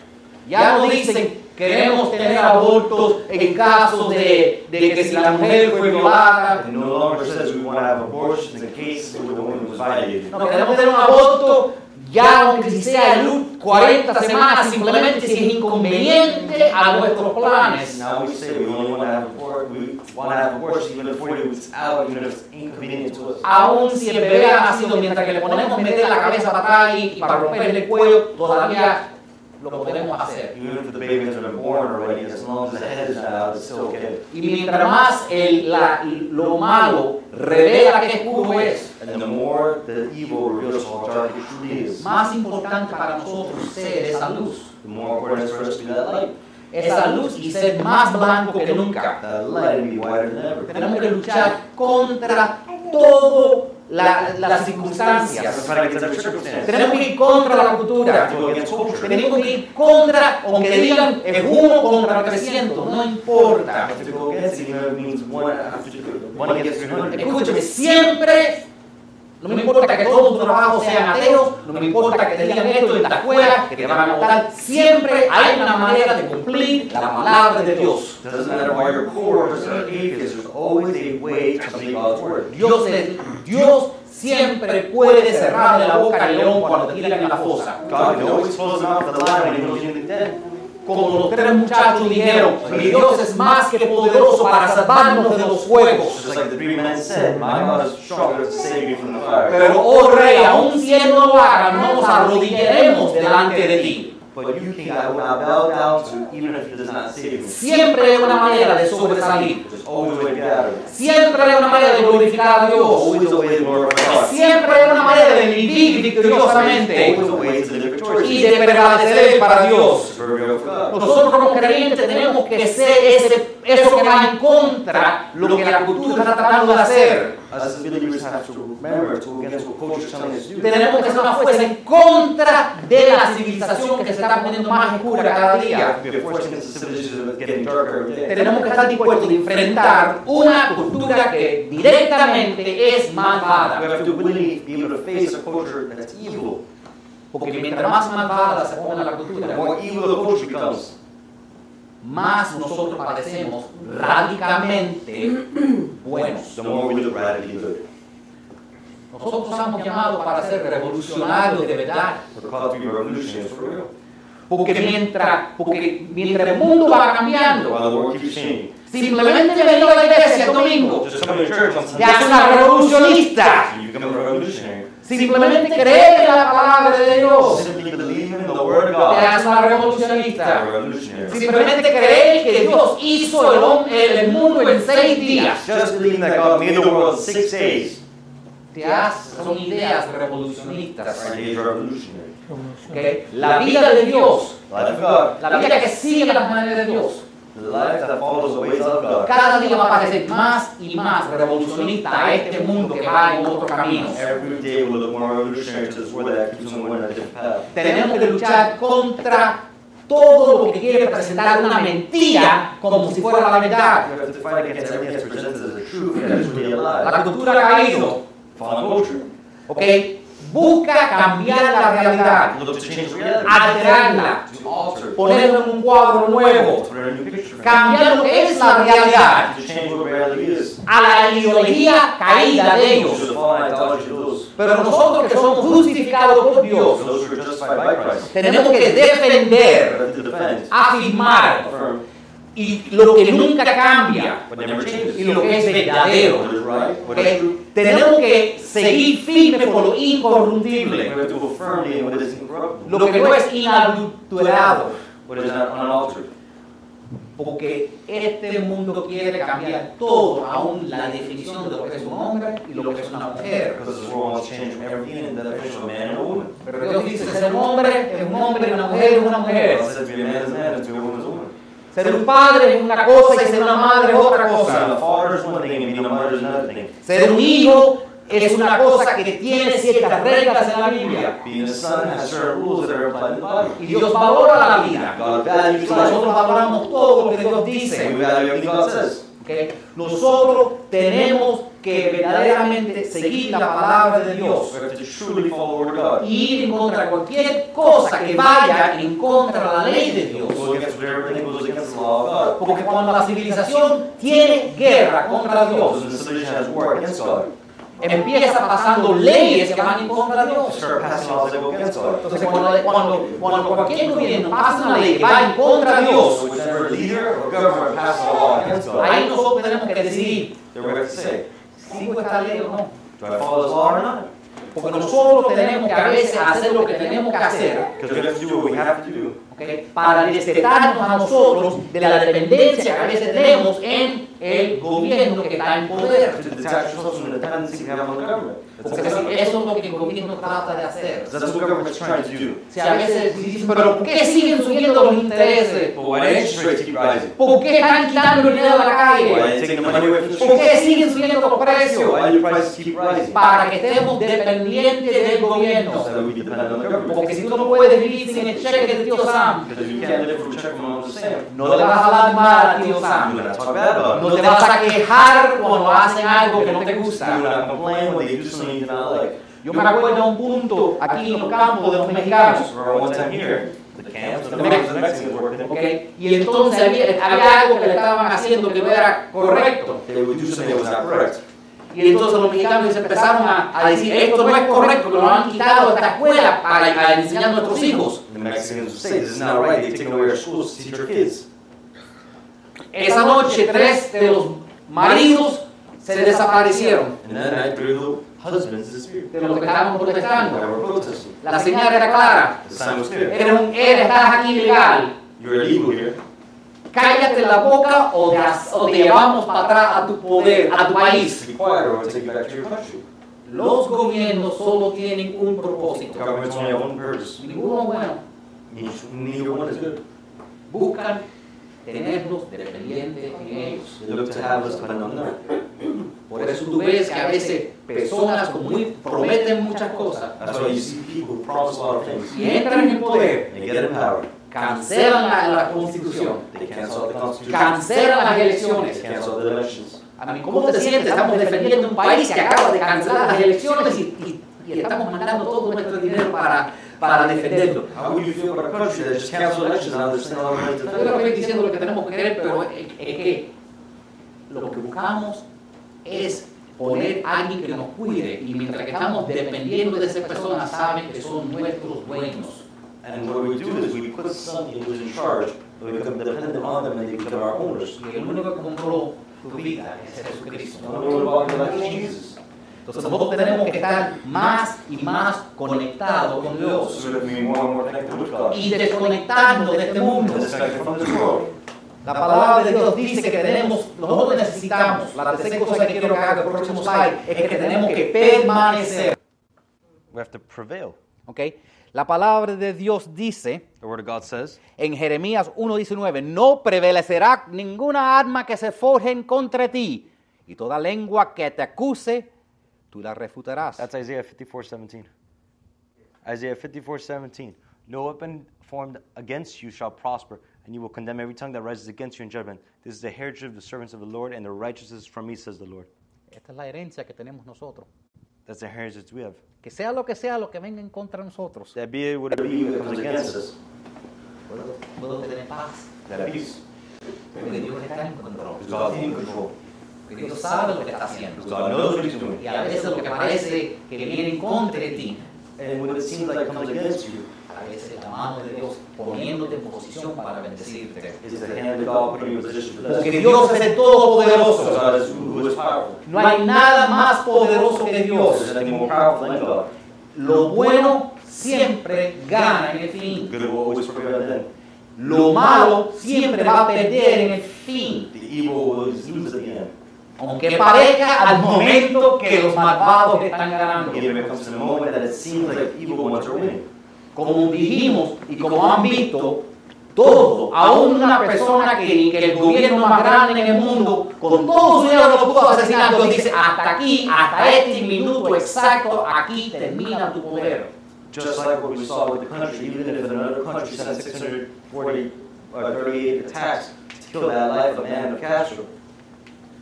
S2: Ya no dicen, queremos tener abortos en casos de, de que si la mujer fue violada.
S1: It no longer says we want to have abortions in cases where the woman was violated.
S2: No, queremos tener un aborto, ya aunque si sea el u- 40 semanas, simplemente si es inconveniente a nuestros planes.
S1: Now we say we only want to have abort, we want to have abortion even if 40 weeks out, even if it's inconvenient to us.
S2: Aún si el bebé ha nacido, mientras que le ponemos meter la cabeza para atrás y, y para romperle el cuello, todavía lo podemos hacer.
S1: Even if the baby has been born already, as long as the head is not out, it's still okay.
S2: Y mientras más el- la- lo malo revela que es puro es,
S1: And the more the evil reveals how dark it truly is, the
S2: más importante para nosotros ser esa luz.
S1: more important it is for us to be that light.
S2: Esa luz y ser más blanco que nunca.
S1: That light will be wider than ever.
S2: Tenemos que luchar contra todas las circunstancias.
S1: Fight against every circumstance.
S2: Tenemos que ir contra la cultura.
S1: Go against culture.
S2: Tenemos que ir contra, aunque digan es uno contra 300, no importa.
S1: Have to go against it, even if it means one after one against 300.
S2: Escúchame, siempre, no me importa que todos tus trabajos sean ateos, no me importa que te digan esto en la escuela, que te van a votar, siempre hay una manera de cumplir la palabra de Dios.
S1: Doesn't matter why your coworkers are atheists, there's always a way to make God's word.
S2: Dios, es- Dios siempre puede cerrarle la boca al león cuando te tiran en la fosa.
S1: God can always close them out for the lion when he knows you in the dead.
S2: Como los tres muchachos dijeron, mi Dios es más que poderoso para salvarnos de los fuegos.
S1: Just like the three men said, my God is stronger to save you from the fire.
S2: Pero, oh rey, aún siendo lo haga, no nos arrodillaremos delante de ti.
S1: But you, King, I will not bow down to even if it does not save me.
S2: Siempre hay una manera de sobresalir.
S1: There's always a way to get out of it.
S2: Siempre hay una manera de glorificar a Dios.
S1: Always a way to glorify God.
S2: Siempre hay una manera de vivir victoriosamente
S1: Always a way to live
S2: y
S1: victoriously.
S2: de permanecer para Dios.
S1: It's the very will of God.
S2: Nosotros como creyentes tenemos que ser ese, eso que va en contra lo que la cultura está tratando de hacer.
S1: Us as believers have to remember to go against what culture is telling us to do.
S2: Tenemos que ser una fuerza en contra de la civilización que se está poniendo más oscura cada día.
S1: We are forced against the civilization that's getting darker every day.
S2: Tenemos que estar dispuestos a enfrentar una cultura que directamente es
S1: We
S2: malvada.
S1: have to willingly be able to face a culture that's evil.
S2: Porque mientras más malvada se ponga la
S1: The
S2: cultura,
S1: more evil the culture becomes,
S2: más nosotros parecemos radicalmente buenos.
S1: the more we look radically good.
S2: Nosotros estamos llamados para ser revolucionarios de verdad.
S1: We're called to be revolutionaries for real.
S2: Porque mientras, porque mientras el mundo va cambiando,
S1: While the world keeps changing.
S2: simplemente venir a la iglesia el domingo
S1: Just come to church on
S2: te
S1: Sunday
S2: hace una revolucionista.
S1: and you become a revolutionary.
S2: Simplemente creer en la palabra de Dios
S1: Simply believe in the word of
S2: te
S1: God.
S2: hace una
S1: A
S2: revolucionista.
S1: revolutionary.
S2: Simplemente creer que Dios hizo el, hom- el- el mundo en seis días
S1: Just believing that God made the world in six days
S2: te hace, son ideas revolucionistas.
S1: are a revolutionary.
S2: ¿ok? La vida de Dios
S1: life of God,
S2: La vida que sigue las maneras de Dios.
S1: the life that follows the ways of God.
S2: Cada día va a parecer más y más revolucionista a este mundo que va en otro camino.
S1: Every day will look more revolutionary to this world that keeps on going on a different path.
S2: Tenemos que luchar contra todo lo que quiere presentar una mentira como si fuera la verdad.
S1: We have to fight against everything that's presented as a truth and that's really a
S2: La
S1: lie.
S2: cultura ha caído,
S1: Foreign culture.
S2: ¿ok? Busca cambiar la realidad,
S1: Look to change reality.
S2: alterarla,
S1: To alter.
S2: ponerlo en un cuadro nuevo,
S1: To put in a new picture.
S2: cambiar lo que es la realidad
S1: To change what reality is.
S2: a la ideología caída de
S1: To
S2: ellos.
S1: the fallen idolatry of those.
S2: Pero nosotros que somos justificados por Dios,
S1: Those who are justified by Christ.
S2: tenemos que defender,
S1: But to defend.
S2: afirmar
S1: Affirm.
S2: y lo que nunca cambia
S1: But never changes.
S2: y lo que es verdadero.
S1: What is right. What
S2: ¿ok?
S1: is true.
S2: Tenemos que seguir firmes por lo
S1: We
S2: incorruptible,
S1: have to affirm in what is incorruptible.
S2: lo que no es inadulterado,
S1: What is not unaltered.
S2: porque este mundo quiere cambiar todo, aún la definición de lo que es un hombre y lo que es una mujer.
S1: Because this world wants to change everything in the definition of a man and a woman.
S2: Pero Dios dice ser un hombre es un hombre, una mujer es una mujer.
S1: God said to be a man is a man and to be a woman is a woman.
S2: Ser un padre es una cosa y ser una madre es otra
S1: Being
S2: cosa.
S1: a father is one thing and being a mother is another thing.
S2: Ser un hijo es una cosa que tiene ciertas reglas en la Biblia.
S1: Being a son has certain rules that are applied in the body.
S2: Y Dios valora la vida.
S1: God
S2: Y
S1: values life.
S2: nosotros valoramos todo lo que Dios
S1: And
S2: dice.
S1: we value everything God says.
S2: ¿ok? Nosotros tenemos que verdaderamente seguir la palabra de Dios.
S1: We have to truly follow the word of God.
S2: Y ir en contra de cualquier cosa que vaya en contra de la ley de Dios.
S1: Go against whatever thing goes against the law of God.
S2: Porque cuando la civilización tiene guerra contra
S1: So
S2: Dios,
S1: the civilization has war against God.
S2: empieza pasando leyes que van en contra de
S1: They
S2: Dios.
S1: start passing laws that go against God.
S2: Entonces, cuando, cuando, cuando cualquier gobierno pasa una ley que va en contra de
S1: So
S2: Dios,
S1: whichever leader or government passes a law against God,
S2: ahí nosotros tenemos que decidir,
S1: they we have to say,
S2: ¿sigo esta ley o no?
S1: do I follow this law or not?
S2: Porque nosotros tenemos que a veces hacer lo que tenemos que hacer,
S1: Because we have to do what we have to do
S2: ¿ok? para respetarnos a nosotros de la dependencia que a veces tenemos en el gobierno que está en poder.
S1: to detach ourselves from the dependency we have on the government. That's
S2: Porque
S1: exactly-
S2: si eso es lo que el gobierno trata de hacer.
S1: That's what government's trying to do.
S2: Si a veces dicen, pero ¿por qué siguen subiendo los intereses?
S1: But why do interest rates keep rising?
S2: ¿Por qué están quitando el dinero de la
S1: Why are
S2: calle?
S1: you taking the money away from the
S2: ¿Por
S1: streets?
S2: qué siguen subiendo los precios?
S1: Why do prices keep rising?
S2: Para que estemos dependientes del gobierno.
S1: So that we depend on the
S2: Porque
S1: government.
S2: si tú no puedes vivir sin el cheque de tío Sam,
S1: Because you can't live from check from what I'm saying.
S2: no le vas a dar mal a tío
S1: You
S2: Sam.
S1: will not talk bad about it.
S2: No te vas a quejar cuando hacen algo que no te gusta.
S1: You will not complain when they do something you do not like.
S2: Yo me acuerdo a un punto aquí en los campos de los mexicanos.
S1: Remember one time here, the camps, the Mexicans, the Mexicans worked in.
S2: ¿ok? Y entonces había, había algo que le estaban haciendo que no era correcto.
S1: They would do something that was not correct.
S2: Y entonces los mexicanos se empezaron a, a decir, esto no es correcto, que nos han quitado esta escuela para, para enseñar a nuestros hijos.
S1: The Mexicans would say, this is not right. They've taken away our schools to teach our kids.
S2: Esa noche tres de los maridos se desaparecieron
S1: And that night, three little husbands disappeared.
S2: de los que estaban
S1: They
S2: protestando.
S1: were protesting.
S2: La señal era clara.
S1: The sign was clear.
S2: Eres un eres, estás aquí ilegal.
S1: You're illegal here.
S2: Cállate la boca o te, as- o te llevamos para atrás a tu poder, a tu país.
S1: Be quiet or we'll take you back to your country.
S2: Los gobiernos solo tienen un propósito.
S1: Governments only have one purpose.
S2: Ninguno bueno.
S1: Neither neither one is good.
S2: Buscan tenernos dependientes de ellos.
S1: They look to have us depend on them.
S2: Por eso tú ves que a veces personas con muy, prometen muchas cosas
S1: That's why you see people who promise a lot of things.
S2: y entran en el poder,
S1: They get in power.
S2: cancelan la, la constitución,
S1: They cancel out the Constitution.
S2: cancelan las
S1: They
S2: elecciones.
S1: cancel out the elections.
S2: A mí, ¿cómo te sientes? Estamos defendiendo un país que acaba de cancelar las elecciones y, y- y estamos mandando todo nuestro dinero para, para defenderlo.
S1: How would you feel about a country that just canceled elections and now they're saying all the money to
S2: Yo no
S1: defend it?
S2: estoy diciendo lo que tenemos que creer, pero es, es que lo que buscamos es poner a alguien que nos cuide y mientras que estamos dependiendo de esa persona saben que son nuestros dueños.
S1: And what we do is we put somebody who's in charge, but we become dependent on them and they become our owners.
S2: Y el único que controló tu vida es
S1: The
S2: Jesucristo.
S1: only one who bought the life is Jesus.
S2: Entonces nosotros tenemos que estar más y más conectados con Dios
S1: So we have to be more and more connected with God.
S2: y desconectarnos de este mundo.
S1: And disconnected from this world.
S2: La palabra de Dios dice que tenemos, nosotros necesitamos, la tercera cosa que quiero que haga el próximo slide, es que tenemos que permanecer.
S5: We have to prevail.
S4: ¿ok? La palabra de Dios dice
S5: The The Word of God says
S4: En Jeremías 1:19, no prevalecerá ninguna arma que se forje en contra ti, y toda lengua que te acuse, tú la refutarás.
S5: that's Isaiah 54 17. Isaiah 54 17. No weapon formed against you shall prosper, and you will condemn every tongue that rises against you in judgment. This is the heritage of the servants of the Lord, and the righteousness is from me, says the Lord.
S4: Esta es la herencia que tenemos nosotros.
S5: That's the heritage we have.
S4: Que sea lo que sea lo que venga en contra de nosotros,
S5: That be it, whatever be that comes against us,
S2: puedo tener paz,
S5: that peace.
S2: porque Dios está en control,
S1: Because God's in control.
S2: porque Dios sabe lo que está haciendo.
S1: Because God knows what He's doing.
S2: Y a veces lo que parece que viene en contra de ti,
S1: And when it seems like it comes against you,
S2: a veces la mano de Dios poniéndote en posición para bendecirte.
S1: it's the hand of God putting you in position for
S2: Porque
S1: blessing.
S2: Dios es el
S1: Also,
S2: Todopoderoso.
S1: God is who is powerful.
S2: No hay nada más poderoso que
S1: There's
S2: Dios.
S1: nothing more powerful than God.
S2: Lo bueno siempre gana en el fin.
S1: Good will always prevail then.
S2: Lo malo siempre va a perder en el fin.
S1: The evil will always lose at the end.
S2: Aunque parezca al momento que los malvados están ganando.
S1: Even if it comes to the moment that it seems like evil ones are winning.
S2: Como dijimos y como han visto, todo, aún una persona que, que el gobierno más grande en el mundo, con todo su dinero lo pudo asesinar, Dios dice, hasta aquí, hasta este minuto exacto, aquí termina tu poder.
S1: Just like what we saw with the country, even if another country sent 640 or 38 uh, attacks to kill that life of Amanda Castro,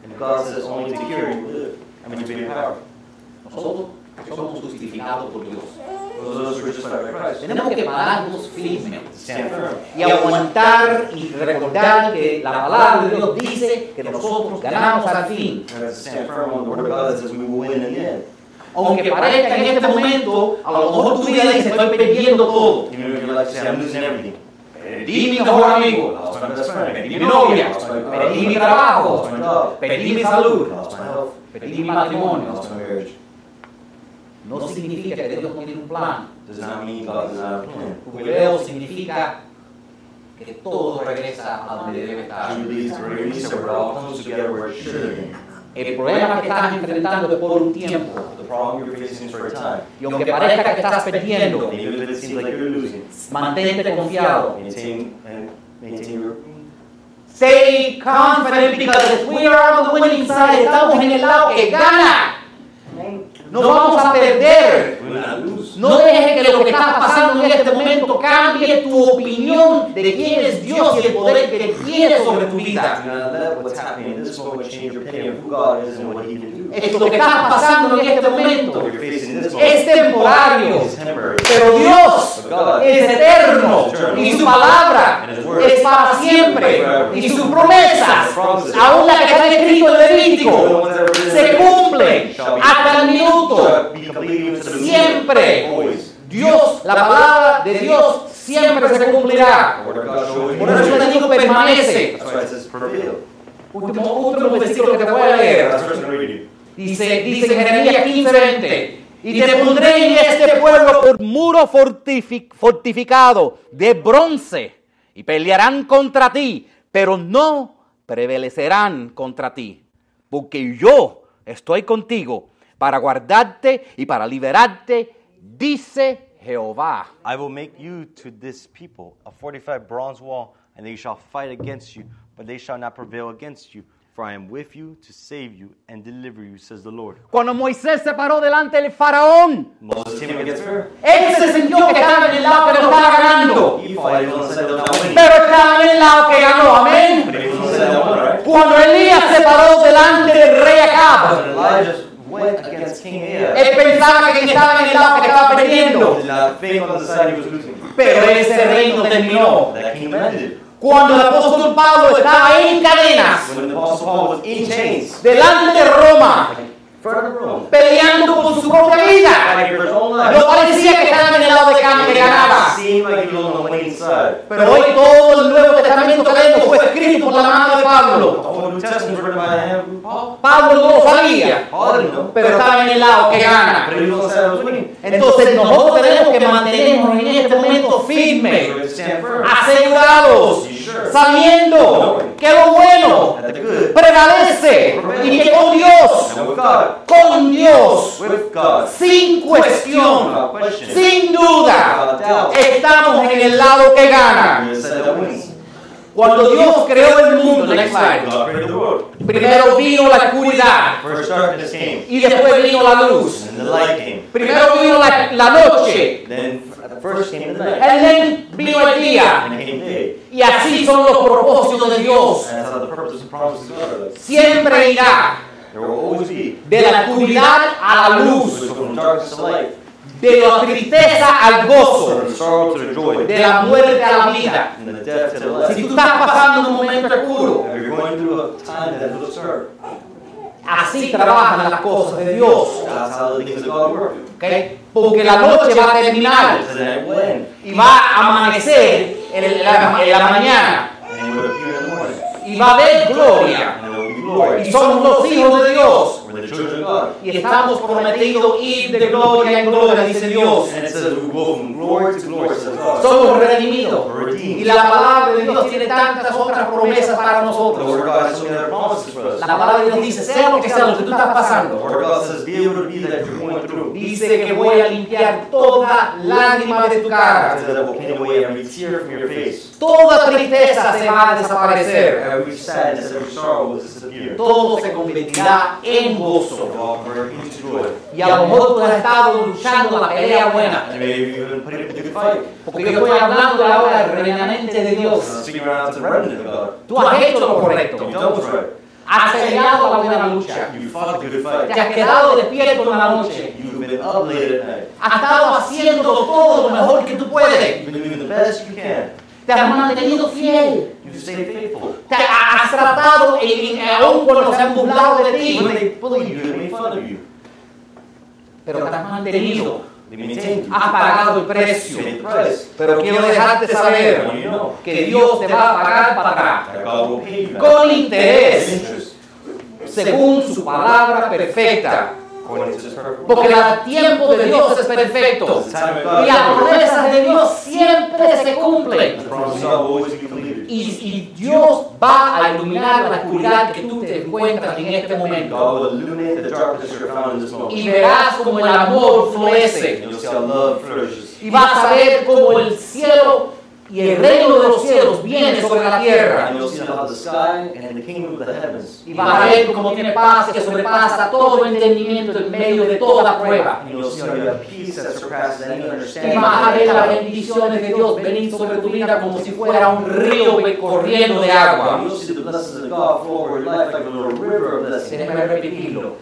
S1: and God says only to hear you live. I mean, to be empowered.
S2: Nosotros somos justificados por Dios.
S1: Those of us who are just like Christ,
S2: Tenemos que pararnos firmes
S1: stand firm.
S2: y aguantar y recordar que la palabra de Dios dice que nosotros ganamos al fin.
S1: And to stand firm on the word of God that says we will win in the end.
S2: Aunque parezca en este momento, a lo mejor tu vida dice, estoy perdiendo todo.
S1: Even if you're like, say, I'm losing everything.
S2: Perdí mi mejor amigo,
S1: Lost my best friend.
S2: perdí mi novia, perdí mi trabajo,
S1: Lost my dog.
S2: perdí mi salud,
S1: Lost my health.
S2: perdí mi matrimonio.
S1: Lost my marriage.
S2: No significa que Dios no tiene un plan.
S1: Does not mean God does not have a plan.
S2: Jubileo significa que todo regresa a donde debe estar.
S1: He leads the release that we're all close together where it should have been.
S2: El problema que estás enfrentando es por un tiempo.
S1: The problem you're facing is for a time.
S2: Y aunque parezca que estás perdiendo,
S1: And even if it seems like you're losing,
S2: mantente confiado.
S1: maintain and maintain your
S2: Stay confident because we are on the winning side. Estamos en el lado que gana. No vamos a perder.
S1: will not lose.
S2: No dejes que lo que está pasando en este momento cambie tu opinión de quién es Dios y el poder que tiene sobre tu vida.
S1: Do not let what's happening in this moment change your opinion of who God is and what He can do.
S2: Es lo que está pasando en este
S1: What
S2: momento
S1: you're facing in this
S2: es
S1: moment
S2: temporario,
S1: is temporary.
S2: pero Dios
S1: But God
S2: es eterno y su palabra
S1: and His word
S2: es para siempre y sus promesas,
S1: Promises.
S2: aún la que está escrito en
S1: Even the
S2: Levítico,
S1: ones that are written in
S2: se
S1: the-
S2: cumple hasta el minuto.
S1: shall be completed into the
S2: Siempre.
S1: Always.
S2: Dios, la palabra de Dios siempre se
S1: The
S2: cumplirá.
S1: word of God shall always be
S2: Por eso te
S1: true.
S2: digo, permanece.
S1: That's why it says prevail.
S2: Último, último versículo que te voy a leer.
S1: That's what I'm going to read you.
S2: Dice, dice Jeremías 15, 20. Y te pondré en este pueblo
S4: por muro fortifi- fortificado de bronce, y pelearán contra ti, pero no prevalecerán contra ti, porque yo estoy contigo para guardarte y para liberarte, dice Jehová.
S5: I will make you to this people a fortified bronze wall, and they shall fight against you, but they shall not prevail against you. For I am with you to save you and deliver you, says the Lord.
S4: Cuando Moisés se paró delante del faraón,
S1: Moses came against her.
S2: Él se sintió que estaba en el lado que no estaba ganando.
S1: He fought he was on the side that was not winning.
S2: Pero estaba en el lado que ganó. Amén.
S1: But he was on the side that won, right?
S2: Cuando Elías se paró delante del rey
S1: But
S2: Acab,
S1: Elijah went against King Ahab.
S2: él pensaba que estaba en el lado que estaba
S1: He
S2: perdiendo.
S1: did not fail on the side he was losing.
S2: Pero ese reino terminó.
S1: That kingdom ended.
S2: Cuando el apóstol Pablo estaba en cadenas,
S1: When the apostle Paul was in chains,
S2: delante de Roma,
S1: front of Rome,
S2: peleando por su propia vida,
S1: fighting for his own life.
S2: no parecía que estaba en el lado de Acab que
S1: It did
S2: ganaba.
S1: not seem like he was on the winning side.
S2: Pero hoy todo el Nuevo Testamento que vemos fue escrito por la mano de
S1: The
S2: Pablo.
S1: whole New Testament was written by him. Paul.
S2: Pablo no lo sabía,
S1: Paul didn't know.
S2: pero estaba en el lado que gana.
S1: But he was on the side that was winning.
S2: Entonces nosotros tenemos que mantenernos en este momento
S1: So you
S2: firmes,
S1: have to stand firm.
S2: asegurados,
S1: You sure?
S2: sabiendo que lo bueno
S1: At the good.
S4: agradece y que con Dios,
S1: And with God,
S4: con Dios,
S1: with God,
S4: sin cuestión,
S1: without question,
S4: sin duda,
S1: without doubt,
S4: estamos en el lado que
S1: we're
S4: gana.
S1: the side that wins.
S4: Cuando Dios creó el mundo, next slide,
S1: God created the world.
S4: primero vino la oscuridad
S1: First darkness came,
S4: y después vino la luz.
S1: and the light came.
S4: Primero vino la, la noche,
S1: Then f- first came the night,
S4: and then vino el día.
S1: and came day.
S4: Y así son los propósitos de Dios.
S1: And that's how the purpose and promises of God are.
S4: Siempre irá
S1: There will always be.
S4: de la oscuridad a la
S1: So
S4: luz,
S1: from darkness to light,
S4: de la tristeza al gozo,
S1: from sorrow to joy,
S4: de la muerte a la vida.
S1: and the death to the
S4: Si
S1: life.
S4: tú estás pasando un momento oscuro,
S1: If you're going through a time that looks dark,
S4: así trabajan las cosas de Dios.
S1: that's how the things of God work.
S4: ¿ok? Porque la noche va a terminar
S1: Because the night will end,
S4: y va a amanecer en la, en la mañana
S1: and it will appear in the morning,
S4: y va a haber gloria.
S1: and there will be
S4: Y
S1: glory.
S4: somos los hijos de Dios.
S1: We're the children of God.
S4: Y estamos prometidos ir de gloria en gloria, dice Dios.
S1: And it says we go from glory to glory, says God.
S4: Somos redimidos.
S1: We're
S4: Y
S1: redeemed.
S4: la palabra de Dios tiene tantas otras promesas para
S1: The Word of
S4: nosotros.
S1: God has so many other promises for
S4: La
S1: us.
S4: palabra de Dios dice, sea lo que sea lo que tú estás
S1: The
S4: pasando,
S1: Word of God says, be able to be that you're going through.
S4: dice que voy a limpiar toda lágrima de tu
S1: It
S4: cara.
S1: says that will clean away every tear from your face.
S4: Toda tristeza se va a desaparecer.
S1: Every sadness, every sorrow will disappear.
S4: Todo se convertirá en gozo.
S1: It'll all burn into joy.
S4: Y a lo mejor tú has estado luchando la pelea buena.
S1: And maybe you even put it into good fight.
S4: Porque yo estoy hablando ahora del remanente de
S1: So
S4: Dios.
S1: figure out the remnant of God.
S4: Tú has hecho lo
S1: You've
S4: correcto.
S1: done what's right.
S4: Has peleado la buena lucha.
S1: You fought the good
S4: Te
S1: fight.
S4: has quedado despierto en la noche.
S1: You've been up late at night.
S4: Has estado haciendo todo lo mejor que tú puedes.
S1: You've been doing the best you can.
S4: Te has mantenido fiel.
S1: You've stayed faithful.
S4: Te ha- has tratado, en, en- aún cuando se han burlado de ti.
S1: When they bully you, they make fun of you.
S4: Pero te has mantenido.
S1: They maintain you.
S4: Has pagado el
S1: You
S4: precio.
S1: pay the price.
S4: Pero quiero dejarte
S1: And
S4: saber
S1: when you know
S4: que Dios te va a pagar para atrás.
S1: that God will pay you back.
S4: Con
S1: With
S4: interés.
S1: interest.
S4: Según su palabra perfecta.
S1: According to this perfect will.
S4: Porque el tiempo de Dios es perfecto.
S1: The time of
S4: Y las
S1: God.
S4: promesas de Dios siempre se cumplen.
S1: The promise of God will always be completed.
S4: Y, y Dios va a iluminar la oscuridad que tú te encuentras en este momento.
S1: God will illuminate the darkness you're found in this moment.
S4: Y verás como el amor
S1: And
S4: florece.
S1: you'll see how love flourishes.
S4: Y vas a ver como el cielo y el reino de los cielos viene sobre la tierra.
S1: And you'll see how the sky and the kingdom of the heavens.
S4: Y vas a ver como tiene paz que sobrepasa todo entendimiento en medio de toda prueba.
S1: And you'll see how you have peace that surpasses any
S4: Y
S1: understanding.
S4: vas a ver las bendiciones de Dios venir sobre tu vida como si fuera un río corriendo de agua.
S1: You'll see the blessings of God flow over your life like a little river of blessings.
S4: Déjame repetirlo.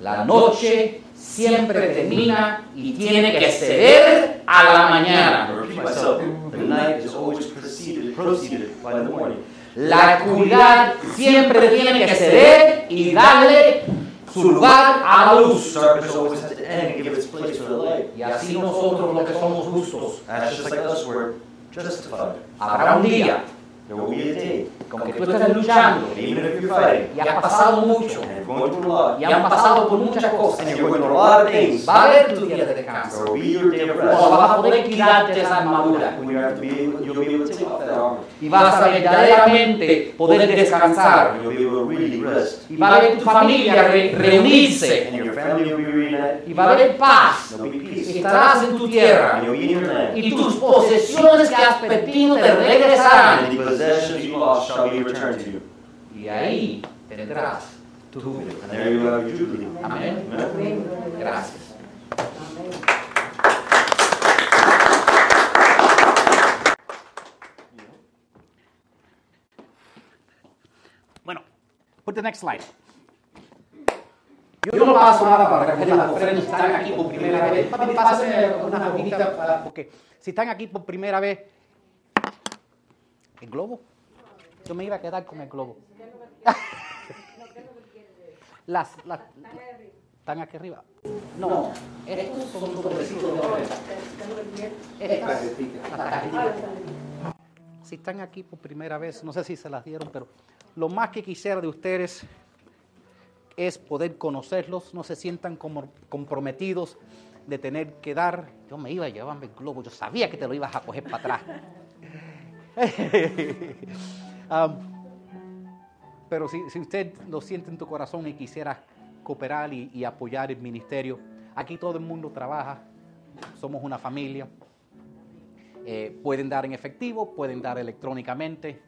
S4: La noche siempre termina y tiene que ceder a la
S1: I
S4: mañana.
S1: repeat myself, the night is always preceded, proceeded by the morning.
S4: La oscuridad siempre tiene que ceder y darle su lugar a la luz.
S1: Darkness always has to end and give its place for the light.
S4: Y así nosotros los que somos justos,
S1: That's just like us, we're justified.
S4: habrá un día,
S1: There will be a day,
S4: que aunque tú estés luchando
S1: and even if you're fighting,
S4: y has pasado mucho
S1: and you're going through a lot,
S4: y han pasado por muchas cosas,
S1: and you're going through a lot of things,
S4: va a haber tu día de descanso.
S1: there will be your day of
S4: O
S1: rest.
S4: vas a poder quitarte esa armadura.
S1: When you have to be able, you'll be able to take off that armor.
S4: y vas a verdaderamente poder descansar.
S1: You'll be able to really rest.
S4: Y va a ver tu familia re- reunirse.
S1: And your family will be reunited.
S4: Y va a haber paz.
S1: There'll be peace.
S4: Estarás en tu
S1: And
S4: tierra.
S1: you'll be in your land.
S4: Y tus posesiones que has perdido te regresarán.
S1: And the possessions you lost shall be returned to you.
S4: Y ahí tendrás tu júbilo.
S1: And there you have your jubilee.
S4: Amén.
S1: Amen.
S6: Amén, brother.
S4: Gracias.
S6: Amén.
S4: Bueno, put the next slide. Yo no paso nada para recoger las ofrendas. Si están aquí por primera vez, papi, pásenme unas hojitas para- porque si están aquí por primera vez, el globo. Yo me iba a quedar con el globo. Las, las, están aquí arriba. No, estos son los sobrecitos de ofrenda. Estas, las cajetitas. Si están aquí por primera vez, no sé si se las dieron, pero lo más que quisiera de ustedes es poder conocerlos, no se sientan como comprometidos de tener que dar. Yo me iba a llevarme el globo, yo sabía que te lo ibas a coger para atrás. Um, Ah, Pero si, si usted lo siente en tu corazón y quisiera cooperar y, y apoyar el ministerio, aquí todo el mundo trabaja, somos una familia. Eh, pueden dar en efectivo, pueden dar electrónicamente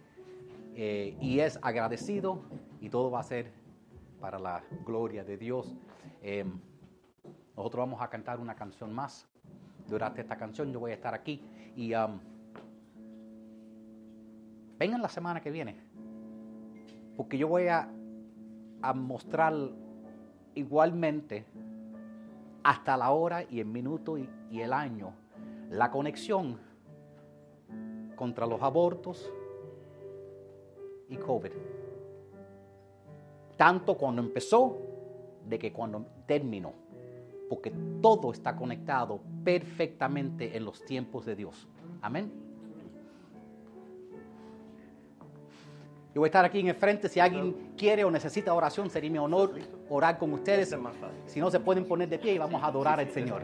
S4: eh, y es agradecido y todo va a ser para la gloria de Dios. Eh, nosotros vamos a cantar una canción más. Durante esta canción yo voy a estar aquí y um, vengan la semana que viene porque yo voy a, a mostrar igualmente hasta la hora y el minuto y, y el año la conexión contra los abortos y COVID. Tanto cuando empezó de que cuando terminó. Porque todo está conectado perfectamente en los tiempos de Dios. Amén. Yo voy a estar aquí en el frente. Si alguien quiere o necesita oración, sería mi honor orar con ustedes. Si no, se pueden poner de pie y vamos a adorar al Señor.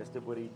S1: Este por ahí.